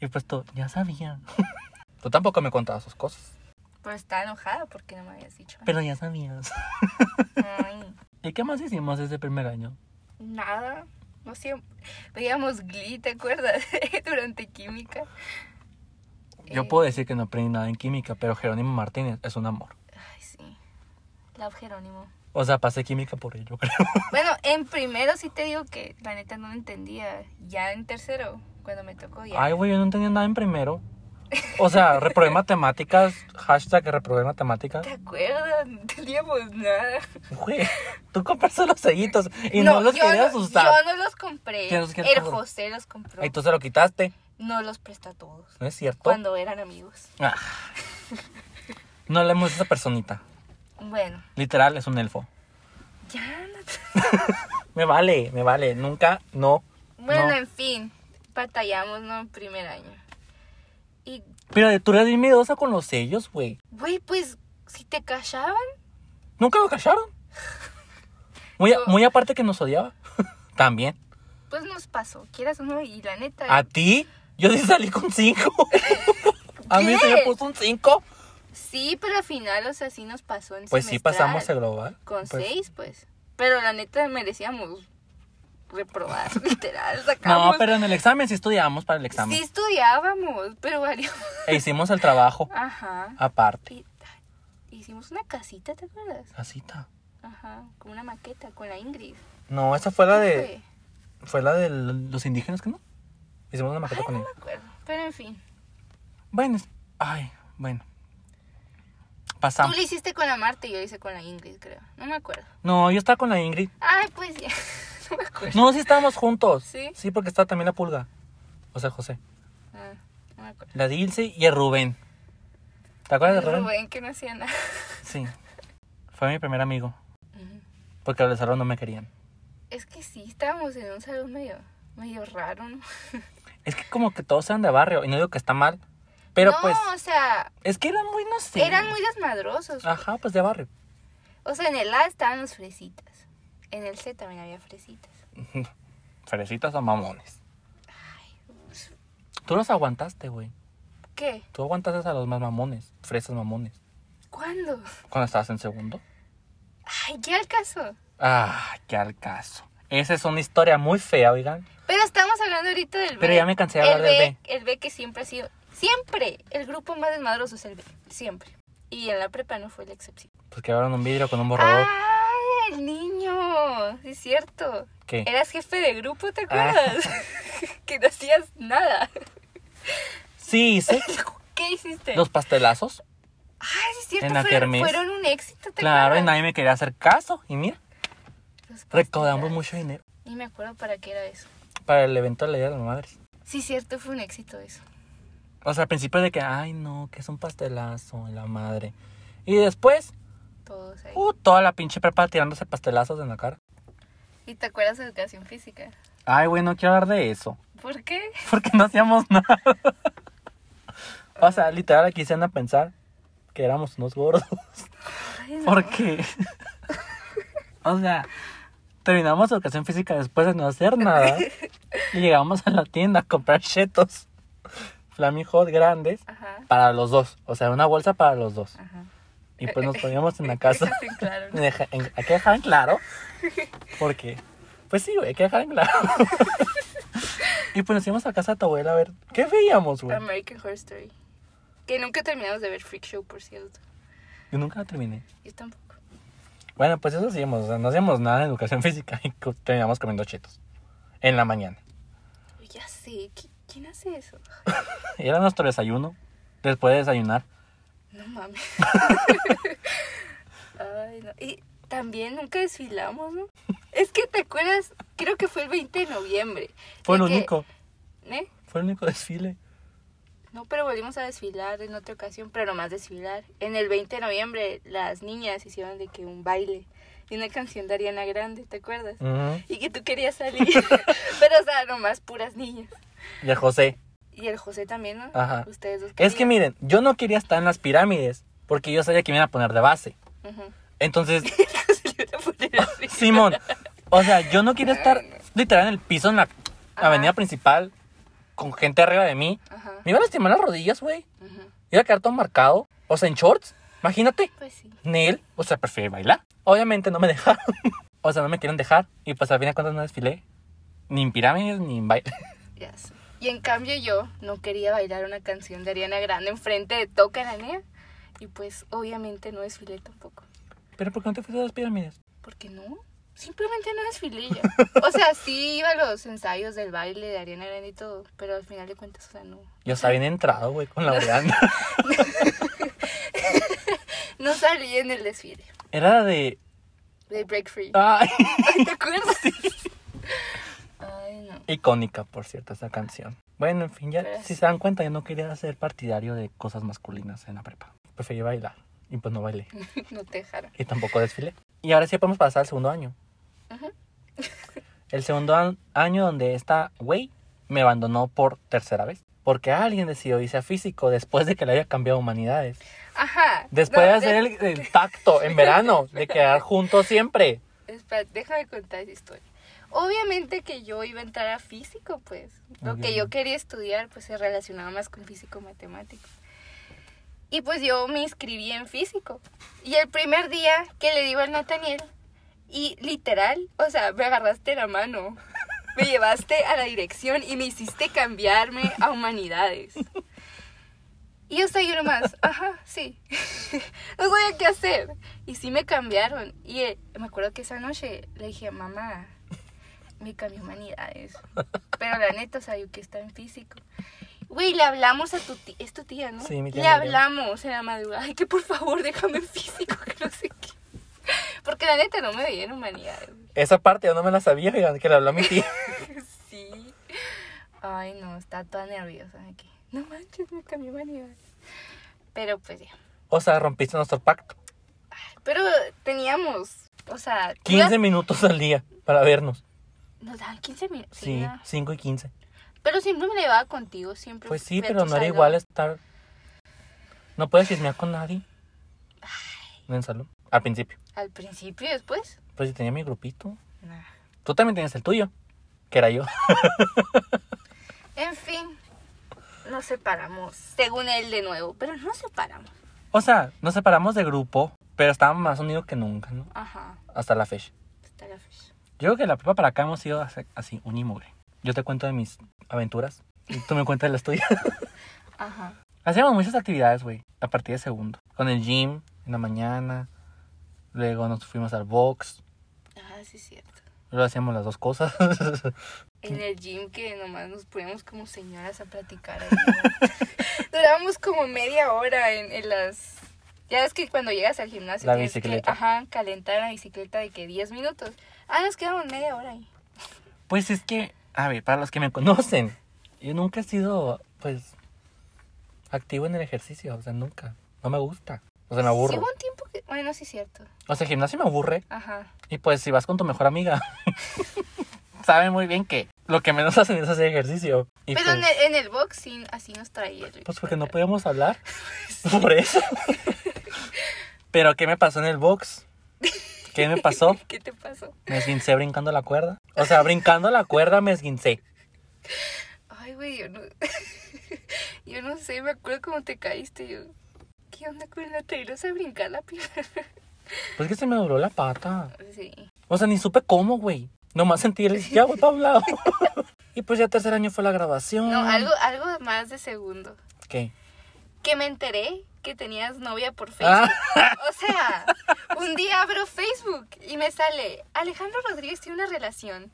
S1: Y pues tú, ya sabía. (laughs) Tú tampoco me contabas sus cosas,
S2: Pero pues, estaba enojada porque no me habías dicho.
S1: pero ya sabías. (laughs)
S2: Ay,
S1: ¿Y qué más hicimos ese primer año?
S2: nada. No siempre. Veíamos Glee, ¿te acuerdas? (laughs) Durante química.
S1: Yo
S2: Eh,
S1: puedo decir que no aprendí nada en química, pero Jerónimo Martínez es un amor.
S2: Eh, Ay, sí. Love Jerónimo.
S1: O sea, pasé química por ello, (laughs) creo.
S2: Bueno, en primero sí te digo que la neta no lo entendía. Ya en tercero, cuando me tocó ya.
S1: Ay, güey, yo no entendía nada en primero. O sea,
S2: (laughs)
S1: reprobé matemáticas, hashtag reprobé matemáticas.
S2: ¿Te acuerdas? No teníamos nada.
S1: Güey, tú compraste los sellitos y no, los
S2: yo
S1: querías
S2: no-
S1: usar.
S2: Yo no los compré.
S1: ¿Quién los quiere
S2: El
S1: comprar?
S2: José los compró.
S1: Ay, tú se lo quitaste.
S2: No los prestó a todos.
S1: No es cierto.
S2: Cuando eran amigos. (laughs)
S1: Ah. No hablemos de esa personita.
S2: Bueno,
S1: Literal, es un elfo.
S2: ya. no te-
S1: Me vale, me vale. Nunca, no.
S2: Bueno,
S1: no.
S2: en fin. Batallamos, ¿no? En primer año. Y,
S1: Pero tú eres bien miedosa con los sellos, güey.
S2: güey, pues, si te callaban,
S1: Nunca lo
S2: (laughs)
S1: callaron. Muy, a-
S2: No.
S1: muy aparte que nos odiaba. (laughs) También.
S2: pues nos pasó. Quieras o no, y la neta.
S1: ¿A ti? Yo sí salí con
S2: (laughs)
S1: cinco. A mí se me
S2: ¿Qué?
S1: puso un cinco.
S2: Sí, pero al final, o sea, sí nos pasó en
S1: Pues sí
S2: semestral.
S1: pasamos el global.
S2: Con
S1: Pues,
S2: seis, pues. Pero la neta merecíamos reprobar, (laughs) literal,
S1: No,
S2: sacamos.
S1: pero en el examen sí estudiábamos para el examen.
S2: Sí estudiábamos, pero valió.
S1: E hicimos el trabajo
S2: Ajá.
S1: aparte.
S2: Y- ah, hicimos una casita, ¿te acuerdas?
S1: Casita.
S2: Ajá, con una maqueta, con la Ingrid.
S1: No, esa fue la
S2: ¿Qué
S1: de. Fue la de los indígenas, que no? Hicimos una
S2: fue?
S1: maqueta
S2: Ay,
S1: con
S2: no
S1: ellos.
S2: me acuerdo. Pero en fin.
S1: Bueno, es- ay, bueno.
S2: Tú
S1: Pasamos.
S2: lo hiciste con la Marta y yo lo hice con la Ingrid, creo. No me acuerdo.
S1: No, yo estaba con la Ingrid.
S2: Ay, pues ya. (laughs) No me acuerdo.
S1: No, sí estábamos juntos.
S2: ¿Sí?
S1: Sí, porque estaba también la pulga. O sea, José.
S2: Ah, no me acuerdo.
S1: La Dilce y el Rubén. ¿Te acuerdas de Rubén?
S2: Rubén, que no hacía nada. (laughs)
S1: Sí. Fue mi primer amigo.
S2: Ujú.
S1: Porque los del salón no me querían.
S2: Es que sí, estábamos en un salón medio, medio raro, ¿no? (laughs)
S1: Es que como que todos eran de barrio. Y no digo que está mal. Pero
S2: no,
S1: pues,
S2: o sea,
S1: es que eran muy, no sé.
S2: eran muy desmadrosos.
S1: Ajá, pues de barrio.
S2: O sea, en el A estaban los fresitas. En el C también había fresitas.
S1: Ferecitas o mamones. Tú los aguantaste, güey.
S2: ¿Qué?
S1: Tú aguantaste a los más mamones. Fresas mamones.
S2: ¿Cuándo?
S1: Cuando estabas en segundo.
S2: Ay, ya el caso.
S1: Ah, qué al caso. Esa es una historia muy fea, oigan.
S2: Pero estamos hablando ahorita del B.
S1: Pero ya me cansé de
S2: El
S1: hablar del B.
S2: El B que siempre ha sido, siempre, el grupo más desmadroso es el B. Siempre. Y en la prepa no fue la excepción.
S1: Pues quebraron un vidrio con un
S2: Ah,
S1: borrador.
S2: ¡Ay, el niño! Sí, es cierto.
S1: ¿Qué? Ah.
S2: Eras jefe de grupo,
S1: (laughs)
S2: ¿te acuerdas? que no hacías nada.
S1: Sí, sí.
S2: ¿Qué hiciste?
S1: Los pastelazos.
S2: Ay, sí es cierto,
S1: en la
S2: fueron,
S1: kermés.
S2: fueron un éxito, ¿te
S1: Claro, y
S2: acuerdas?
S1: nadie me quería hacer caso. Y mira,
S2: Los pastelazos.
S1: recaudamos mucho dinero
S2: Ni me acuerdo para qué era eso.
S1: para el evento de la Día de las Madres.
S2: Sí, cierto, fue un éxito eso.
S1: O sea, al principio de que, ay, no, que es un pastelazo, la madre. Y después,
S2: Todos ahí.
S1: uh, toda la pinche prepa tirándose pastelazos en la cara.
S2: ¿Y te acuerdas de educación física?
S1: Ay, güey, no quiero hablar de eso.
S2: ¿Por qué?
S1: Porque no hacíamos (laughs) nada. O sea, literal, aquí se van a pensar que éramos unos gordos.
S2: Ay, no.
S1: Porque. O sea, terminamos educación física después de no hacer nada. Y llegamos a la tienda a comprar chetos. Flaming Hot grandes.
S2: Ajá,
S1: Para los dos. O sea, una bolsa para los dos.
S2: ajá.
S1: Y pues
S2: (laughs)
S1: nos poníamos en la casa.
S2: Sí, claro.
S1: Me deja- en- Hay que dejar en claro. Porque. Pues sí, güey, hay que dejar en
S2: (laughs)
S1: claro. Y pues nos íbamos a casa de tu abuela a ver. ¿Qué veíamos, güey?
S2: American Horror Story. Que nunca terminamos de ver Freak Show, por cierto.
S1: Yo nunca la terminé.
S2: Yo tampoco.
S1: Bueno, pues eso hacíamos. O sea, no hacíamos nada en educación (laughs) física y co- terminamos comiendo chetos. En la mañana. (laughs)
S2: Ya sé, ¿qui- ¿quién hace eso?
S1: Era nuestro desayuno. Después de desayunar. (laughs)
S2: No mames. Ay, no. Y también nunca desfilamos, ¿no? Es que te acuerdas, creo que fue el 20 de noviembre.
S1: Fue
S2: De
S1: el
S2: que-
S1: único.
S2: ¿Eh?
S1: Fue el único desfile.
S2: No, pero volvimos a desfilar en otra ocasión, pero nomás desfilar. En el 20 de noviembre las niñas hicieron de que un baile y una canción de Ariana Grande, ¿te acuerdas?
S1: Ujú.
S2: Y que tú querías salir, (laughs) pero o sea, nomás puras niñas.
S1: Y a José.
S2: Y el José también, ¿no?
S1: Ajá.
S2: Ustedes dos.
S1: Es que
S2: querían.
S1: miren, yo no quería estar en las pirámides. Porque yo sabía que me iban a poner de base.
S2: Ujú. (laughs)
S1: Entonces,
S2: Se le iba a poner
S1: (laughs)
S2: así.
S1: Simón. O sea, yo no quería estar literal en el piso, en la
S2: Ajá.
S1: avenida principal. Con gente arriba de mí.
S2: Ajá.
S1: Me iba a lastimar las rodillas, güey.
S2: ujú.
S1: Iba a quedar todo marcado. O sea, en shorts. Imagínate.
S2: Pues sí.
S1: Nel, o sea, prefiero bailar. Obviamente no me (laughs) dejaron. o sea, no me quieren dejar. Y pues al fin de cuentas no desfilé. Ni en pirámides, ni en baile. (laughs)
S2: Ya sé. Y en cambio yo no quería bailar una canción de Ariana Grande enfrente de Toca la Nea. Y pues obviamente no desfilé tampoco.
S1: ¿Pero por qué no te fuiste a las pirámides?
S2: ¿Por qué no? Simplemente no desfilé yo.
S1: (laughs)
S2: O sea, sí iba a los ensayos del baile de Ariana Grande y todo, pero al final de cuentas, o sea, no.
S1: Yo estaba bien entrado, güey, con la Brianda.
S2: No salí en el desfile
S1: Era la de...
S2: de Break Free.
S1: Ay, (laughs)
S2: ¿Te acuerdas? Ay, no.
S1: icónica, por cierto, esa canción. Bueno, en fin, ya
S2: Pero
S1: si
S2: sí.
S1: se dan cuenta, yo no quería ser partidario de cosas masculinas en la prepa. Preferí bailar. Y pues no bailé.
S2: No te dejaron.
S1: Y tampoco desfilé. Y ahora sí podemos pasar al segundo año.
S2: Ujú.
S1: El segundo an- año donde esta güey me abandonó por tercera vez. Porque alguien decidió irse a físico después de que le haya cambiado a humanidades.
S2: Ajá.
S1: Después
S2: No,
S1: de hacer el, el tacto
S2: (laughs)
S1: en verano, de quedar juntos siempre.
S2: Espera, déjame contar esa historia. Obviamente que yo iba a entrar a físico, pues. Lo que yo
S1: Obviamente.
S2: quería estudiar, pues se relacionaba más con físico-matemático. Y pues yo me inscribí en físico. Y el primer día que le digo al Nathaniel, y literal, o sea, me agarraste la mano. Me llevaste a la dirección y me hiciste cambiarme a humanidades. Y yo
S1: (laughs)
S2: estoy nomás, ajá, sí. (laughs) no sabía qué hacer. Y sí me cambiaron. Y eh, me acuerdo que esa noche le dije, mamá, me cambió humanidades. Pero la neta, o sea, yo que está en físico. Güey, le hablamos a tu tía, es tu tía, ¿no?
S1: Sí, mi tía
S2: Le
S1: María.
S2: hablamos en la madrugada, ay, que por favor déjame en físico, que no sé qué. Porque la neta no me veía en humanidades.
S1: Esa parte yo no me la sabía, oigan, que le habló a mi tía.
S2: Sí. Ay, no, está toda nerviosa aquí. No manches, me cambió humanidades. Pero pues ya.
S1: O sea, rompiste nuestro pacto.
S2: Pero teníamos, o sea, tú
S1: 15
S2: ibas-
S1: minutos al día para vernos.
S2: nos daban 15 minutos.
S1: Sí, 5 y 15.
S2: Pero siempre me la llevaba contigo, siempre.
S1: Pues sí,
S2: fui a
S1: pero
S2: tu
S1: no era
S2: salón.
S1: igual estar. No puedes chismear con nadie. En el salón. Al principio.
S2: Al principio y después.
S1: Pues yo tenía mi grupito.
S2: Nah.
S1: Tú también tenías el tuyo. Que era yo. (laughs)
S2: En fin, nos separamos, según él de nuevo, pero no separamos.
S1: O sea, nos separamos de grupo, pero estábamos más unidos que nunca, ¿no?
S2: Ajá,
S1: Hasta la fecha.
S2: está la fecha.
S1: Yo creo que la prepa para acá hemos sido así- así, un Yo te cuento de mis aventuras y tú me cuentas de las tuyas. (laughs)
S2: Ajá.
S1: Hacíamos muchas actividades, güey, a partir de segundo. Con el gym en la mañana, luego nos fuimos al box,
S2: Ah, sí, es cierto.
S1: luego hacíamos las dos cosas. (laughs)
S2: En el gym que nomás nos poníamos como señoras a platicar. ahí,
S1: (laughs)
S2: ¿no? Durábamos como media hora en, en las... Ya es que cuando llegas al gimnasio
S1: La
S2: tienes
S1: bicicleta.
S2: que ajá, calentar la bicicleta de que 10 minutos. Ah, nos quedamos media hora ahí.
S1: pues es que, a ver, para los que me conocen, yo nunca he sido, pues, activo en el ejercicio, o sea, nunca. No me gusta. O sea, me
S2: Sí,
S1: aburro.
S2: hubo un tiempo que... Bueno, sí es cierto.
S1: O sea, el gimnasio me aburre.
S2: Ajá.
S1: Y pues si vas con tu mejor amiga, (laughs) saben muy bien que lo que menos hacen es hacer ejercicio. Y
S2: Pero
S1: pues,
S2: en, el, en el box sí, así nos traía. el-
S1: pues, porque no podíamos hablar. Por eso. Pero ¿qué me pasó en el box? ¿Qué me pasó?
S2: (laughs) ¿Qué te pasó?
S1: Me esguincé brincando la cuerda. O sea, brincando la cuerda me esguincé.
S2: Ay, güey, yo no... (laughs) yo no sé, me acuerdo cómo te caíste. Yo... ¿Qué onda con la trailosa brincar la pierna? (laughs)
S1: Pues que se me dobló la pata.
S2: sí.
S1: O sea, ni supe cómo, güey. Nomás sentí el ya voy para un lado. y pues ya tercer año fue la grabación.
S2: No, algo, algo más de segundo.
S1: ¿Qué?
S2: que me enteré que tenías novia por
S1: Ah.
S2: Facebook. O sea, un día abro Facebook y me sale Alejandro Rodríguez tiene una relación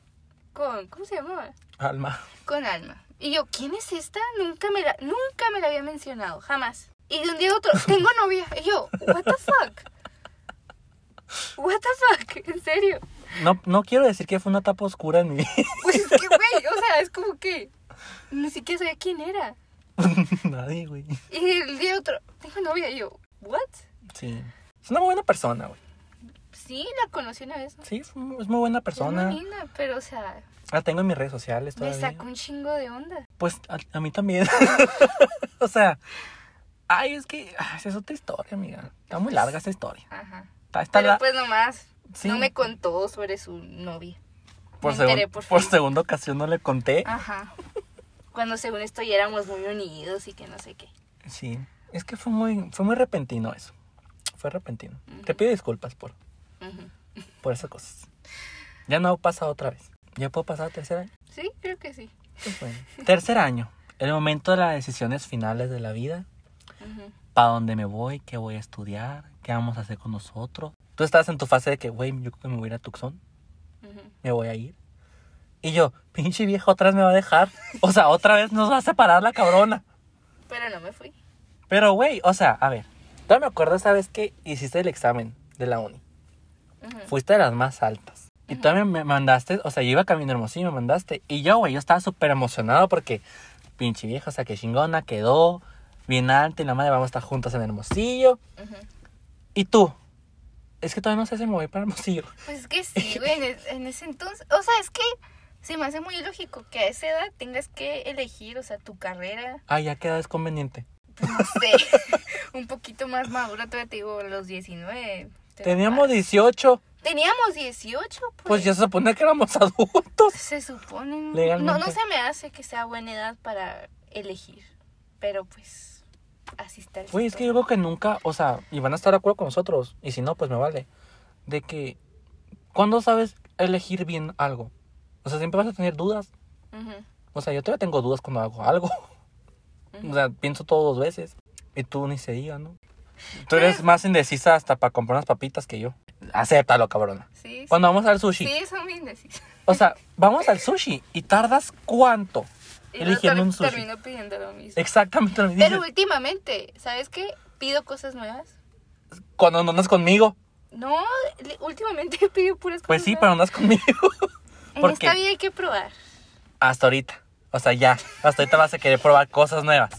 S2: con ¿cómo se llamaba?
S1: Alma.
S2: Con Alma. Y yo, ¿quién es esta? Nunca me la nunca me la había mencionado, jamás. Y de un día a otro, tengo novia. Y yo, what the fuck? What the fuck? ¿En serio?
S1: No, no quiero decir que fue una etapa oscura en mi vida. (laughs)
S2: Pues es que, güey, o sea, es como que ni siquiera sabía quién era.
S1: Nadie, güey.
S2: Y el día otro, tengo novia. Y yo, what?
S1: Sí. Es una muy buena persona, güey.
S2: Sí, la conocí una vez. ¿no?
S1: Sí, es mu- es muy buena
S2: Es
S1: persona.
S2: muy linda, pero o sea,
S1: La tengo en mis redes sociales
S2: me
S1: todavía.
S2: sacó un chingo de onda.
S1: Pues a, a mí también. (laughs) o sea, ay, es que ay, esa es otra historia, amiga. Está muy larga esta historia.
S2: Ajá.
S1: Está, está
S2: Pero
S1: la-
S2: pues nomás,
S1: Sí.
S2: no me contó sobre su novia.
S1: por,
S2: me
S1: segun-
S2: enteré por Ah.
S1: por
S2: Facebook.
S1: segunda ocasión no le conté.
S2: Ajá. Cuando según esto ya éramos muy unidos y que no sé qué.
S1: Sí, es que fue muy, fue muy repentino eso. Fue repentino. Te pido disculpas por,
S2: Ujú.
S1: por esas cosas. Ya no pasa otra vez. Ya puedo pasar a tercer año.
S2: Sí, creo que sí.
S1: Pues bueno. tercer año. El momento de las decisiones finales de la vida.
S2: Ujú.
S1: ¿Para dónde me voy? ¿Qué voy a estudiar? ¿Qué vamos a hacer con nosotros? Tú estabas en tu fase de que, güey, yo creo que me voy a ir a Tucson.
S2: Ujú.
S1: Me voy a ir. Y yo, pinche viejo, otra vez me va a dejar. (laughs) O sea, otra vez nos va a separar la cabrona.
S2: Pero no me fui.
S1: Pero, güey, o sea, a ver. Todavía me acuerdo esa vez que hiciste el examen de la uni.
S2: Ujú.
S1: Fuiste de las más altas. Y todavía me mandaste, o sea, yo iba camino hermosillo, me mandaste. Y yo, güey, yo estaba súper emocionado porque, pinche vieja, o sea, que chingona, quedó bien alta y la madre, vamos a estar juntos en hermosillo.
S2: Ujú.
S1: Y tú, es que todavía no sé si me voy para hermosillo.
S2: Pues es que (laughs) sí, güey, en, es- en ese entonces, o sea, es que se me hace muy ilógico que a esa edad tengas que elegir, o sea, tu carrera,
S1: Ah, ya queda desconveniente.
S2: pues no sé, (laughs) un poquito más madura, todavía te digo, los 19. te
S1: Teníamos
S2: vas.
S1: 18,
S2: Teníamos 18, pues.
S1: pues ya se supone que éramos (laughs) adultos.
S2: Se supone. ¿no?
S1: Legalmente.
S2: No, no se me hace que sea buena edad para elegir, pero pues, así está el
S1: Güey, es que yo
S2: sistema.
S1: creo que nunca, o sea, y van a estar de acuerdo con nosotros, y si no, pues me vale. De que, ¿cuándo sabes elegir bien algo? O sea, siempre vas a tener dudas.
S2: Ujú,
S1: O sea, yo todavía tengo dudas cuando hago algo. (laughs)
S2: ujú.
S1: O sea, pienso todo dos veces. Y tú ni se diga, ¿no? Tú
S2: Eh.
S1: eres más indecisa hasta para comprar unas papitas que yo. Acéptalo, cabrona.
S2: Sí, sí.
S1: Cuando vamos al sushi.
S2: Sí, son bien indecisos. (laughs)
S1: O sea, vamos al sushi y tardas cuánto
S2: Y luego
S1: eligiendo
S2: ter-
S1: un sushi.
S2: termino pidiendo lo mismo.
S1: Exactamente lo mismo.
S2: Pero últimamente, ¿sabes qué? Pido cosas nuevas.
S1: Cuando no andas conmigo.
S2: No, li- últimamente (laughs) he pedido puras cosas
S1: Pues sí, pero
S2: nuevas.
S1: no andas conmigo. (laughs)
S2: En
S1: ¿por qué?
S2: esta vida hay que probar.
S1: Hasta ahorita. O sea, ya. Hasta ahorita vas a querer probar cosas nuevas.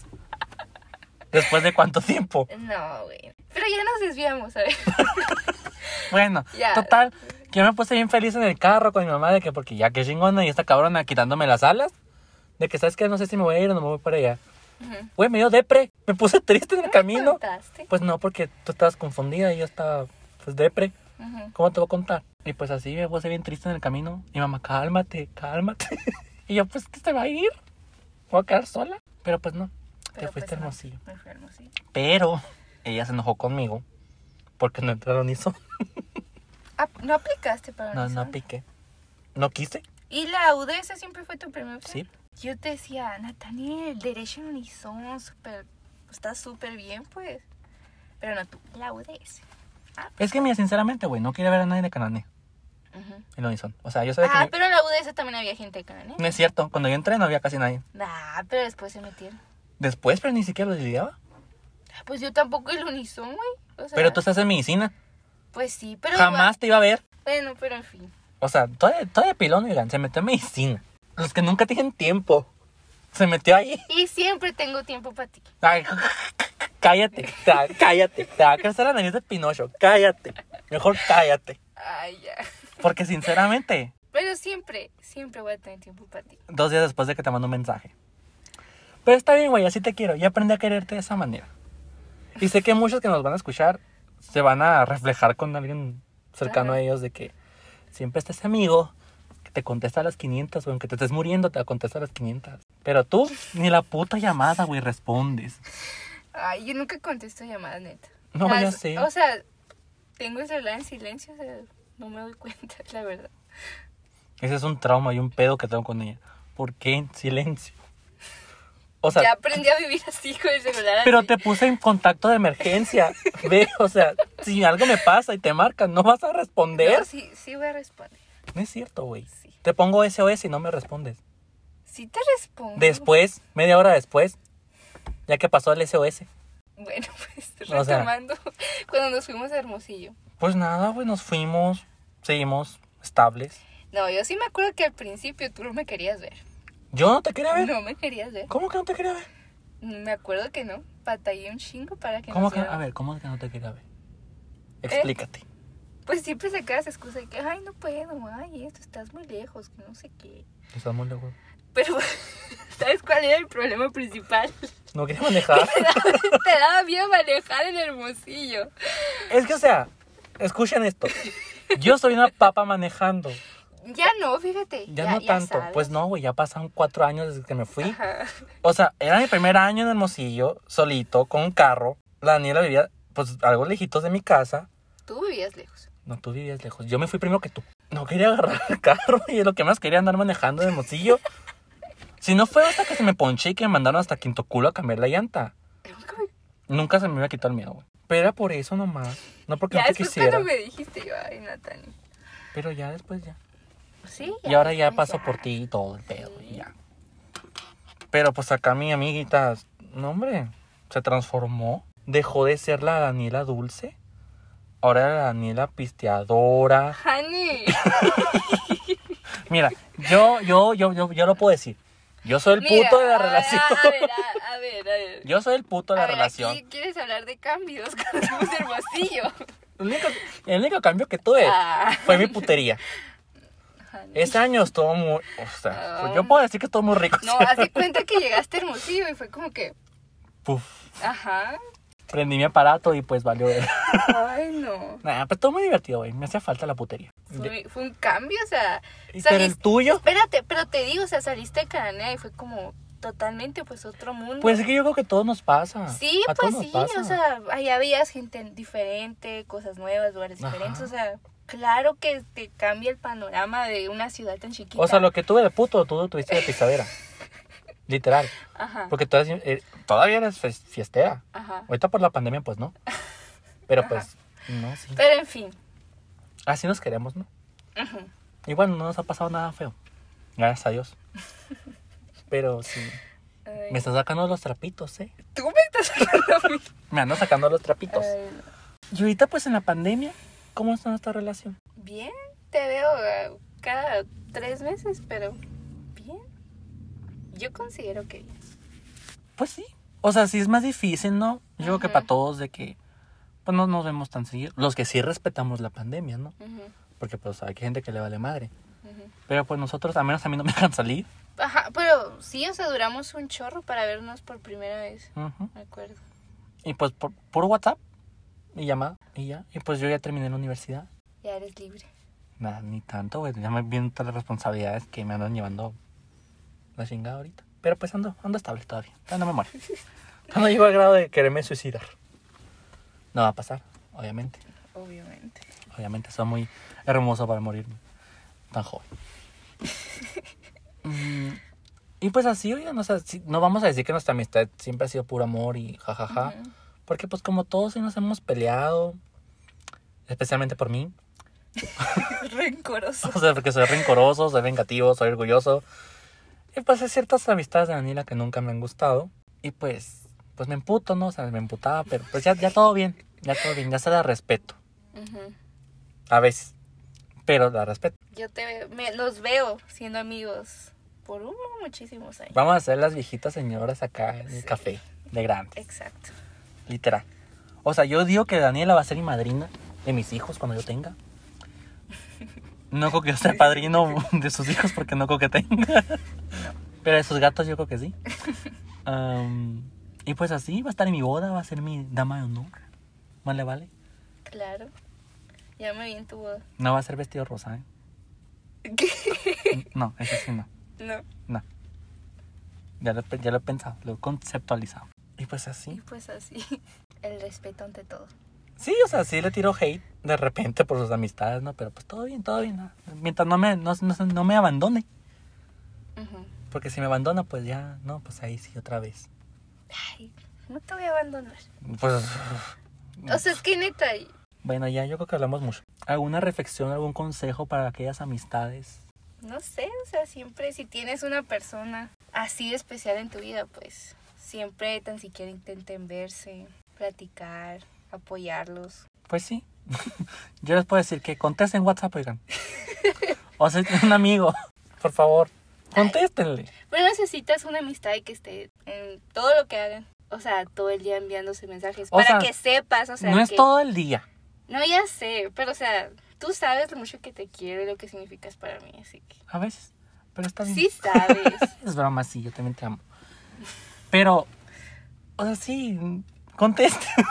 S1: ¿Después de cuánto tiempo?
S2: No, güey. Pero ya nos desviamos, ¿sabes?
S1: (laughs) Bueno,
S2: Ya.
S1: total. Que yo me puse bien feliz en el carro con mi mamá de que porque ya que chingona y esta cabrona quitándome las alas. De que sabes que no sé si me voy a ir o no me voy para allá.
S2: Ujú.
S1: Güey, me dio depre. Me puse triste en el
S2: ¿Me
S1: camino.
S2: contaste?
S1: Pues no, porque tú estabas confundida y yo estaba pues depre.
S2: Ujú.
S1: ¿Cómo te voy a contar? Y pues así me puse bien triste en el camino. Y mamá, cálmate, cálmate. (laughs) y yo, pues, ¿qué se va a ir? ¿Voy a quedar sola? Pero pues no, te
S2: Pero,
S1: fuiste
S2: pues, no,
S1: hermosillo.
S2: me fui a hermosillo.
S1: Pero ella se enojó conmigo porque no entraron ISO.
S2: Ap- Ah, ¿No aplicaste para
S1: No, no
S2: Horizonte?
S1: apliqué. No quise.
S2: ¿Y la UDS siempre fue tu primera opción?
S1: Sí.
S2: Yo te decía, Nathaniel, derecho en unison, súper, está súper bien, pues. Pero no tú, la UDS. Ah,
S1: Es que, mira, sinceramente, güey, no quería ver a nadie de Cananea
S2: Ujú.
S1: en Horizon. O sea, yo sabía
S2: Ah,
S1: que.
S2: pero en la UDS también había gente de Cananea.
S1: No es cierto, cuando yo entré no había casi nadie.
S2: Nah, pero después se metieron.
S1: Después, pero ni siquiera lo lidiaba.
S2: Pues yo tampoco el unison, güey. O sea,
S1: Pero tú estás en medicina.
S2: Pues sí, pero.
S1: Jamás te iba a ver.
S2: igual- Bueno, pero en fin.
S1: O sea, todavía, todavía pilón, oigan, se metió en medicina. Los que nunca tienen tiempo. Se metió ahí.
S2: Y siempre tengo tiempo para ti.
S1: Ay, cállate, te va- cállate. Te va a crecer la nariz de Pinocho. Cállate. Mejor cállate.
S2: Ay, ya.
S1: Porque, sinceramente,
S2: Pero siempre, siempre voy a tener tiempo para ti.
S1: dos días después de que te mando un mensaje. Pero está bien, güey, así te quiero. Ya aprendí a quererte de esa manera. Y sé que muchos que nos van a escuchar se van a reflejar con alguien cercano a
S2: Ajá.
S1: ellos de que siempre está ese amigo que te contesta a las 500, güey, aunque te estés muriendo, te contesta a las 500. Pero tú, ni la puta llamada, güey, respondes.
S2: Ay, yo nunca contesto llamadas, neta.
S1: No,
S2: Las-
S1: ya sé.
S2: O sea, tengo el celular en silencio, o sea, no me doy cuenta, (laughs) la verdad.
S1: Ese es un trauma y un pedo que tengo con ella. ¿Por qué en silencio? O sea,
S2: ya aprendí a vivir así con el celular.
S1: Pero
S2: así.
S1: te puse en contacto de
S2: (laughs)
S1: emergencia. Ve, o sea, si algo me pasa y te marcan, no vas a responder.
S2: No, sí, sí voy a responder.
S1: No es cierto, güey.
S2: Sí.
S1: Te pongo SOS y no me respondes.
S2: Sí te respondo.
S1: Después, media hora después, ya que pasó el SOS.
S2: Bueno, (laughs) pues
S1: O sea-
S2: retomando (laughs) cuando nos fuimos a Hermosillo.
S1: Pues nada, güey, nos fuimos, seguimos estables.
S2: No, yo sí me acuerdo que al principio tú no me querías ver.
S1: Yo no te quería ver.
S2: No me querías ver.
S1: ¿Cómo que no te quería ver?
S2: Me acuerdo que no. Batallé un chingo para que
S1: ¿Cómo
S2: nos
S1: que,
S2: vieran.
S1: a ver, ¿cómo que no te quería ver?
S2: Eh.
S1: Explícate.
S2: Pues siempre sacabas excusa de que, ay, no puedo, ay, esto estás muy lejos, que no sé qué.
S1: Estamos lejos.
S2: Pero, (laughs) ¿sabes cuál era el problema principal? (laughs)
S1: No quería manejar.
S2: Te daba miedo manejar el hermosillo.
S1: es que, o sea, escuchen esto. Yo soy una papa manejando.
S2: Ya no, fíjate.
S1: Ya, no tanto.
S2: sabes.
S1: Pues no, güey, ya pasaron cuatro años desde que me fui.
S2: Ajá.
S1: O sea, era mi primer año en Hermosillo, solito, con un carro. La Daniela vivía, pues, algo lejitos de mi casa.
S2: Tú vivías lejos.
S1: No, tú vivías lejos. Yo me fui primero que tú. No quería agarrar el carro (laughs) y es lo que más quería andar manejando de Hermosillo. Si no fue hasta que se me ponché y que me mandaron hasta Quinto Culo a cambiar la llanta. Nunca se me hubiera quitado el miedo, güey. Pero era por eso nomás. No porque
S2: ya
S1: no te
S2: después
S1: quisiera.
S2: cuando me dijiste yo, ay, Natani.
S1: Pero ya después ya.
S2: Sí.
S1: Y ahora ya
S2: después
S1: pasó por ti y todo el pedo y ya. Pero pues acá mi amiguita, no hombre, se transformó. Dejó de ser la Daniela dulce. Ahora era la Daniela pisteadora.
S2: Honey.
S1: Mira, yo, yo, yo, yo, yo lo puedo decir. Yo soy (laughs) el
S2: mira,
S1: puto de la
S2: a ver,
S1: relación.
S2: A ver, a, a ver, a ver.
S1: (laughs) Yo soy el puto de
S2: A
S1: la
S2: ver,
S1: relación.
S2: Aquí quieres hablar de cambios (laughs) con Jesús
S1: (laughs)
S2: Hermosillo.
S1: El, único, el único cambio que tuve
S2: Ah.
S1: Eh, fue mi putería.
S2: Honey.
S1: Ese año estuvo muy. O sea, pues,
S2: Ah.
S1: yo puedo decir que estuvo muy rico.
S2: No, hace cuenta que llegaste a Hermosillo y fue como que,
S1: (laughs) Puf,
S2: ajá.
S1: prendí mi aparato y pues valió. ver.
S2: Ay, no.
S1: Nah, pues estuvo muy divertido, güey. Me hacía falta la putería.
S2: Fue, fue un cambio, o sea.
S1: Y- Pero el
S2: saliste-
S1: tuyo,
S2: Espérate, pero te digo, o sea, saliste de Cananea y fue como totalmente pues otro mundo.
S1: pues es que yo creo que a todos nos pasa.
S2: sí,
S1: A todos
S2: pues
S1: nos
S2: sí,
S1: pasa.
S2: o sea, allá veías gente diferente, cosas nuevas, lugares
S1: Ajá.
S2: diferentes, o sea, claro que te cambia el panorama de una ciudad tan chiquita.
S1: O sea, lo que tuve de puto, tú lo
S2: (laughs)
S1: tuviste de pisadera. Literal.
S2: Ajá.
S1: Porque todavía, eh, todavía eres fes- fiestera.
S2: Ajá.
S1: Ahorita por la pandemia, pues no. Pero pues, no, sí.
S2: Pero en fin.
S1: Así nos queremos, ¿no?
S2: Ujú.
S1: Y bueno, no nos ha pasado nada feo. Gracias a Dios. Pero sí.
S2: Ay,
S1: Me estás sacando los trapitos, ¿eh?
S2: Tú me estás sacando a mí.
S1: Me ando sacando los trapitos.
S2: Ay, no.
S1: Y ahorita, pues en la pandemia, ¿cómo está nuestra relación?
S2: Bien, te veo eh, cada tres meses, pero bien. Yo considero que bien.
S1: Pues sí. O sea, sí es más difícil, ¿no? Yo creo que
S2: Ujú.
S1: para todos de que pues no nos vemos tan seguido. Los que sí respetamos la pandemia, ¿no?
S2: Ujú,
S1: Porque pues hay gente que le vale madre.
S2: ujú.
S1: Pero pues nosotros, a menos a mí no me dejan salir.
S2: Ajá, pero sí, o sea, duramos un chorro para vernos por primera vez,
S1: Ujú.
S2: me acuerdo.
S1: Y pues por, puro WhatsApp y llamada y ya. Y pues yo ya terminé la universidad.
S2: Ya eres libre.
S1: Nada, ni tanto, güey. Ya me vienen todas las responsabilidades que me andan llevando la chingada ahorita. Pero pues ando, ando estable todavía. Todavía no me muero. Todavía no llego al grado de quererme suicidar. No va a pasar, obviamente.
S2: Obviamente. (laughs)
S1: Obviamente, soy muy hermoso para morirme. Tan joven. Mm, y pues así, oigan, o sea, sí- no vamos a decir que nuestra amistad siempre ha sido puro amor y jajaja.
S2: Ujú.
S1: Porque pues como todos sí nos hemos peleado. Especialmente por mí. (laughs)
S2: Rencoroso.
S1: O sea, porque soy rencoroso, soy vengativo, soy orgulloso. Y pues hay ciertas amistades de Daniela que nunca me han gustado. Y pues, pues me emputo, ¿no? O sea, me emputaba, pero pues ya, ya todo bien. Ya todo bien, ya se la respeto.
S2: Ujú.
S1: A veces. Pero la respeto.
S2: Yo te veo, me, los veo siendo amigos por uno muchísimos años.
S1: Vamos a hacer las viejitas señoras acá en el
S2: Sí.
S1: café. De grande.
S2: Exacto.
S1: Literal. O sea, yo digo que Daniela va a ser mi madrina de mis hijos cuando yo tenga. No creo que yo sea el padrino de sus hijos porque no creo que tenga. Pero de sus gatos yo creo que sí. Am, y pues así, va a estar en mi boda, va a ser mi dama de honor. Más le vale.
S2: Claro. Ya me vi en tu boda.
S1: No va a ser vestido rosa, ¿eh? No, eso sí no.
S2: No.
S1: No. Ya lo, he- ya lo he pensado, lo he conceptualizado. Y pues
S2: Y
S1: así.
S2: pues así. (laughs) El respeto ante todo.
S1: Sí, o sea, sí le tiro hate de repente por sus amistades, ¿no? Pero pues todo bien, todo bien. ¿no? Mientras no me, no, no- no me abandone.
S2: Ujú.
S1: Porque si me abandona, pues ya, no, pues ahí sí, otra vez.
S2: Ay, no te voy a abandonar.
S1: Pues,
S2: O sea, es que neta,
S1: bueno, ya yo creo que hablamos mucho. ¿Alguna reflexión, algún consejo para aquellas amistades?
S2: no sé, o sea, siempre si tienes una persona así de especial en tu vida, pues siempre tan siquiera intenten verse, platicar, apoyarlos.
S1: Pues sí. (laughs) yo les puedo decir que contesten WhatsApp,
S2: (laughs)
S1: oigan. O sea, un amigo, por favor, contéstenle.
S2: Pero necesitas una amistad y que esté en todo lo que hagan. O sea, todo el día enviándose mensajes
S1: O sea,
S2: para que sepas, o sea,
S1: No es
S2: que-
S1: todo el día.
S2: No, ya sé, pero o sea, tú sabes lo mucho que te quiero y lo que significas para mí, así que
S1: A veces. Pero está bien.
S2: sí sabes.
S1: Es broma, sí, yo también te amo. Pero, o sea, sí, (laughs) contesten.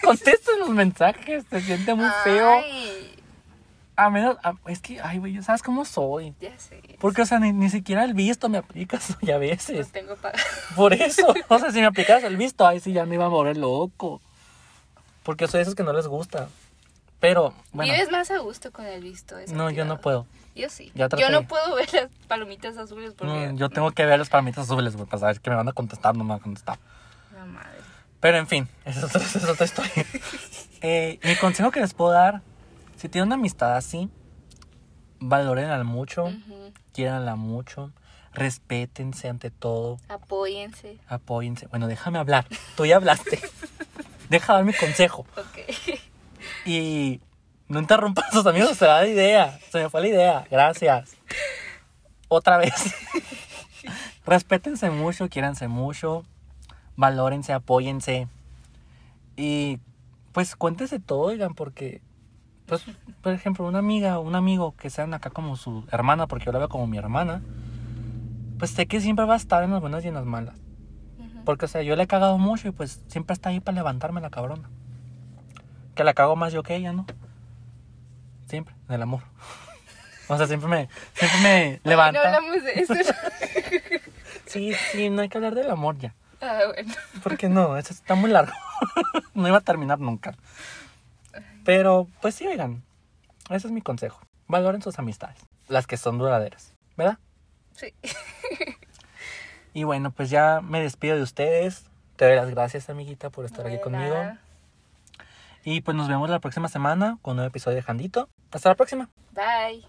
S1: contesten los mensajes, se siente (laughs) muy feo.
S2: Ay,
S1: A menos, a- es que, ay, güey, ¿sabes cómo soy?
S2: ya sé.
S1: Porque, o sea, ni, ni siquiera el visto me (laughs) aplicas y a
S2: No
S1: veces.
S2: tengo paga.
S1: Por eso, o sea, si me aplicas el visto, ay, sí, ya me iba a volver loco. Porque soy de esos que no les gusta. Pero, bueno,
S2: Vives más a gusto con el visto.
S1: no, yo no
S2: desactivado.
S1: puedo.
S2: Yo sí.
S1: Ya traté.
S2: yo no puedo ver las palomitas azules porque.
S1: No, yo tengo que ver los palomitas azules, güey, para saber que me van a contestar, no me van a contestar.
S2: La madre.
S1: Pero en fin, esa es otra, esa es otra historia. (laughs) Eh, mi consejo que les puedo dar, si tienen una amistad así, valorenla mucho,
S2: Ujú.
S1: quieranla mucho, respétense ante todo,
S2: Apóyense.
S1: apóyense. Bueno, déjame hablar, tú ya hablaste. Deja dar mi consejo.
S2: Ok. (laughs)
S1: Y no interrumpas a sus amigos, se va la idea. Se me fue la idea. Gracias. Otra vez. Respétense mucho, quiéranse mucho, valórense, apóyense. Y pues cuéntese todo, oigan, porque, pues, por ejemplo, una amiga o un amigo que sean acá como su hermana, porque yo la veo como mi hermana, pues sé que siempre va a estar en las buenas y en las malas.
S2: Ujú.
S1: Porque, o sea, yo le he cagado mucho y pues siempre está ahí para levantarme la cabrona. Que la cago más yo que ella, ¿no? Siempre, en el amor. (laughs) O sea, siempre me, siempre me levanta.
S2: Ay, no hablamos de eso. (laughs)
S1: Sí, sí, no hay que hablar del amor ya.
S2: ah, bueno.
S1: Porque no, eso está muy largo. (laughs) no iba a terminar nunca. Pero, pues sí, oigan. Ese es mi consejo. Valoren sus amistades. Las que son duraderas, ¿verdad?
S2: Sí.
S1: Y bueno, pues ya me despido de ustedes. Te doy las gracias, amiguita, por estar aquí
S2: De
S1: conmigo.
S2: nada.
S1: Y pues nos vemos la próxima semana con un nuevo episodio de Jandito. Hasta la próxima.
S2: Bye.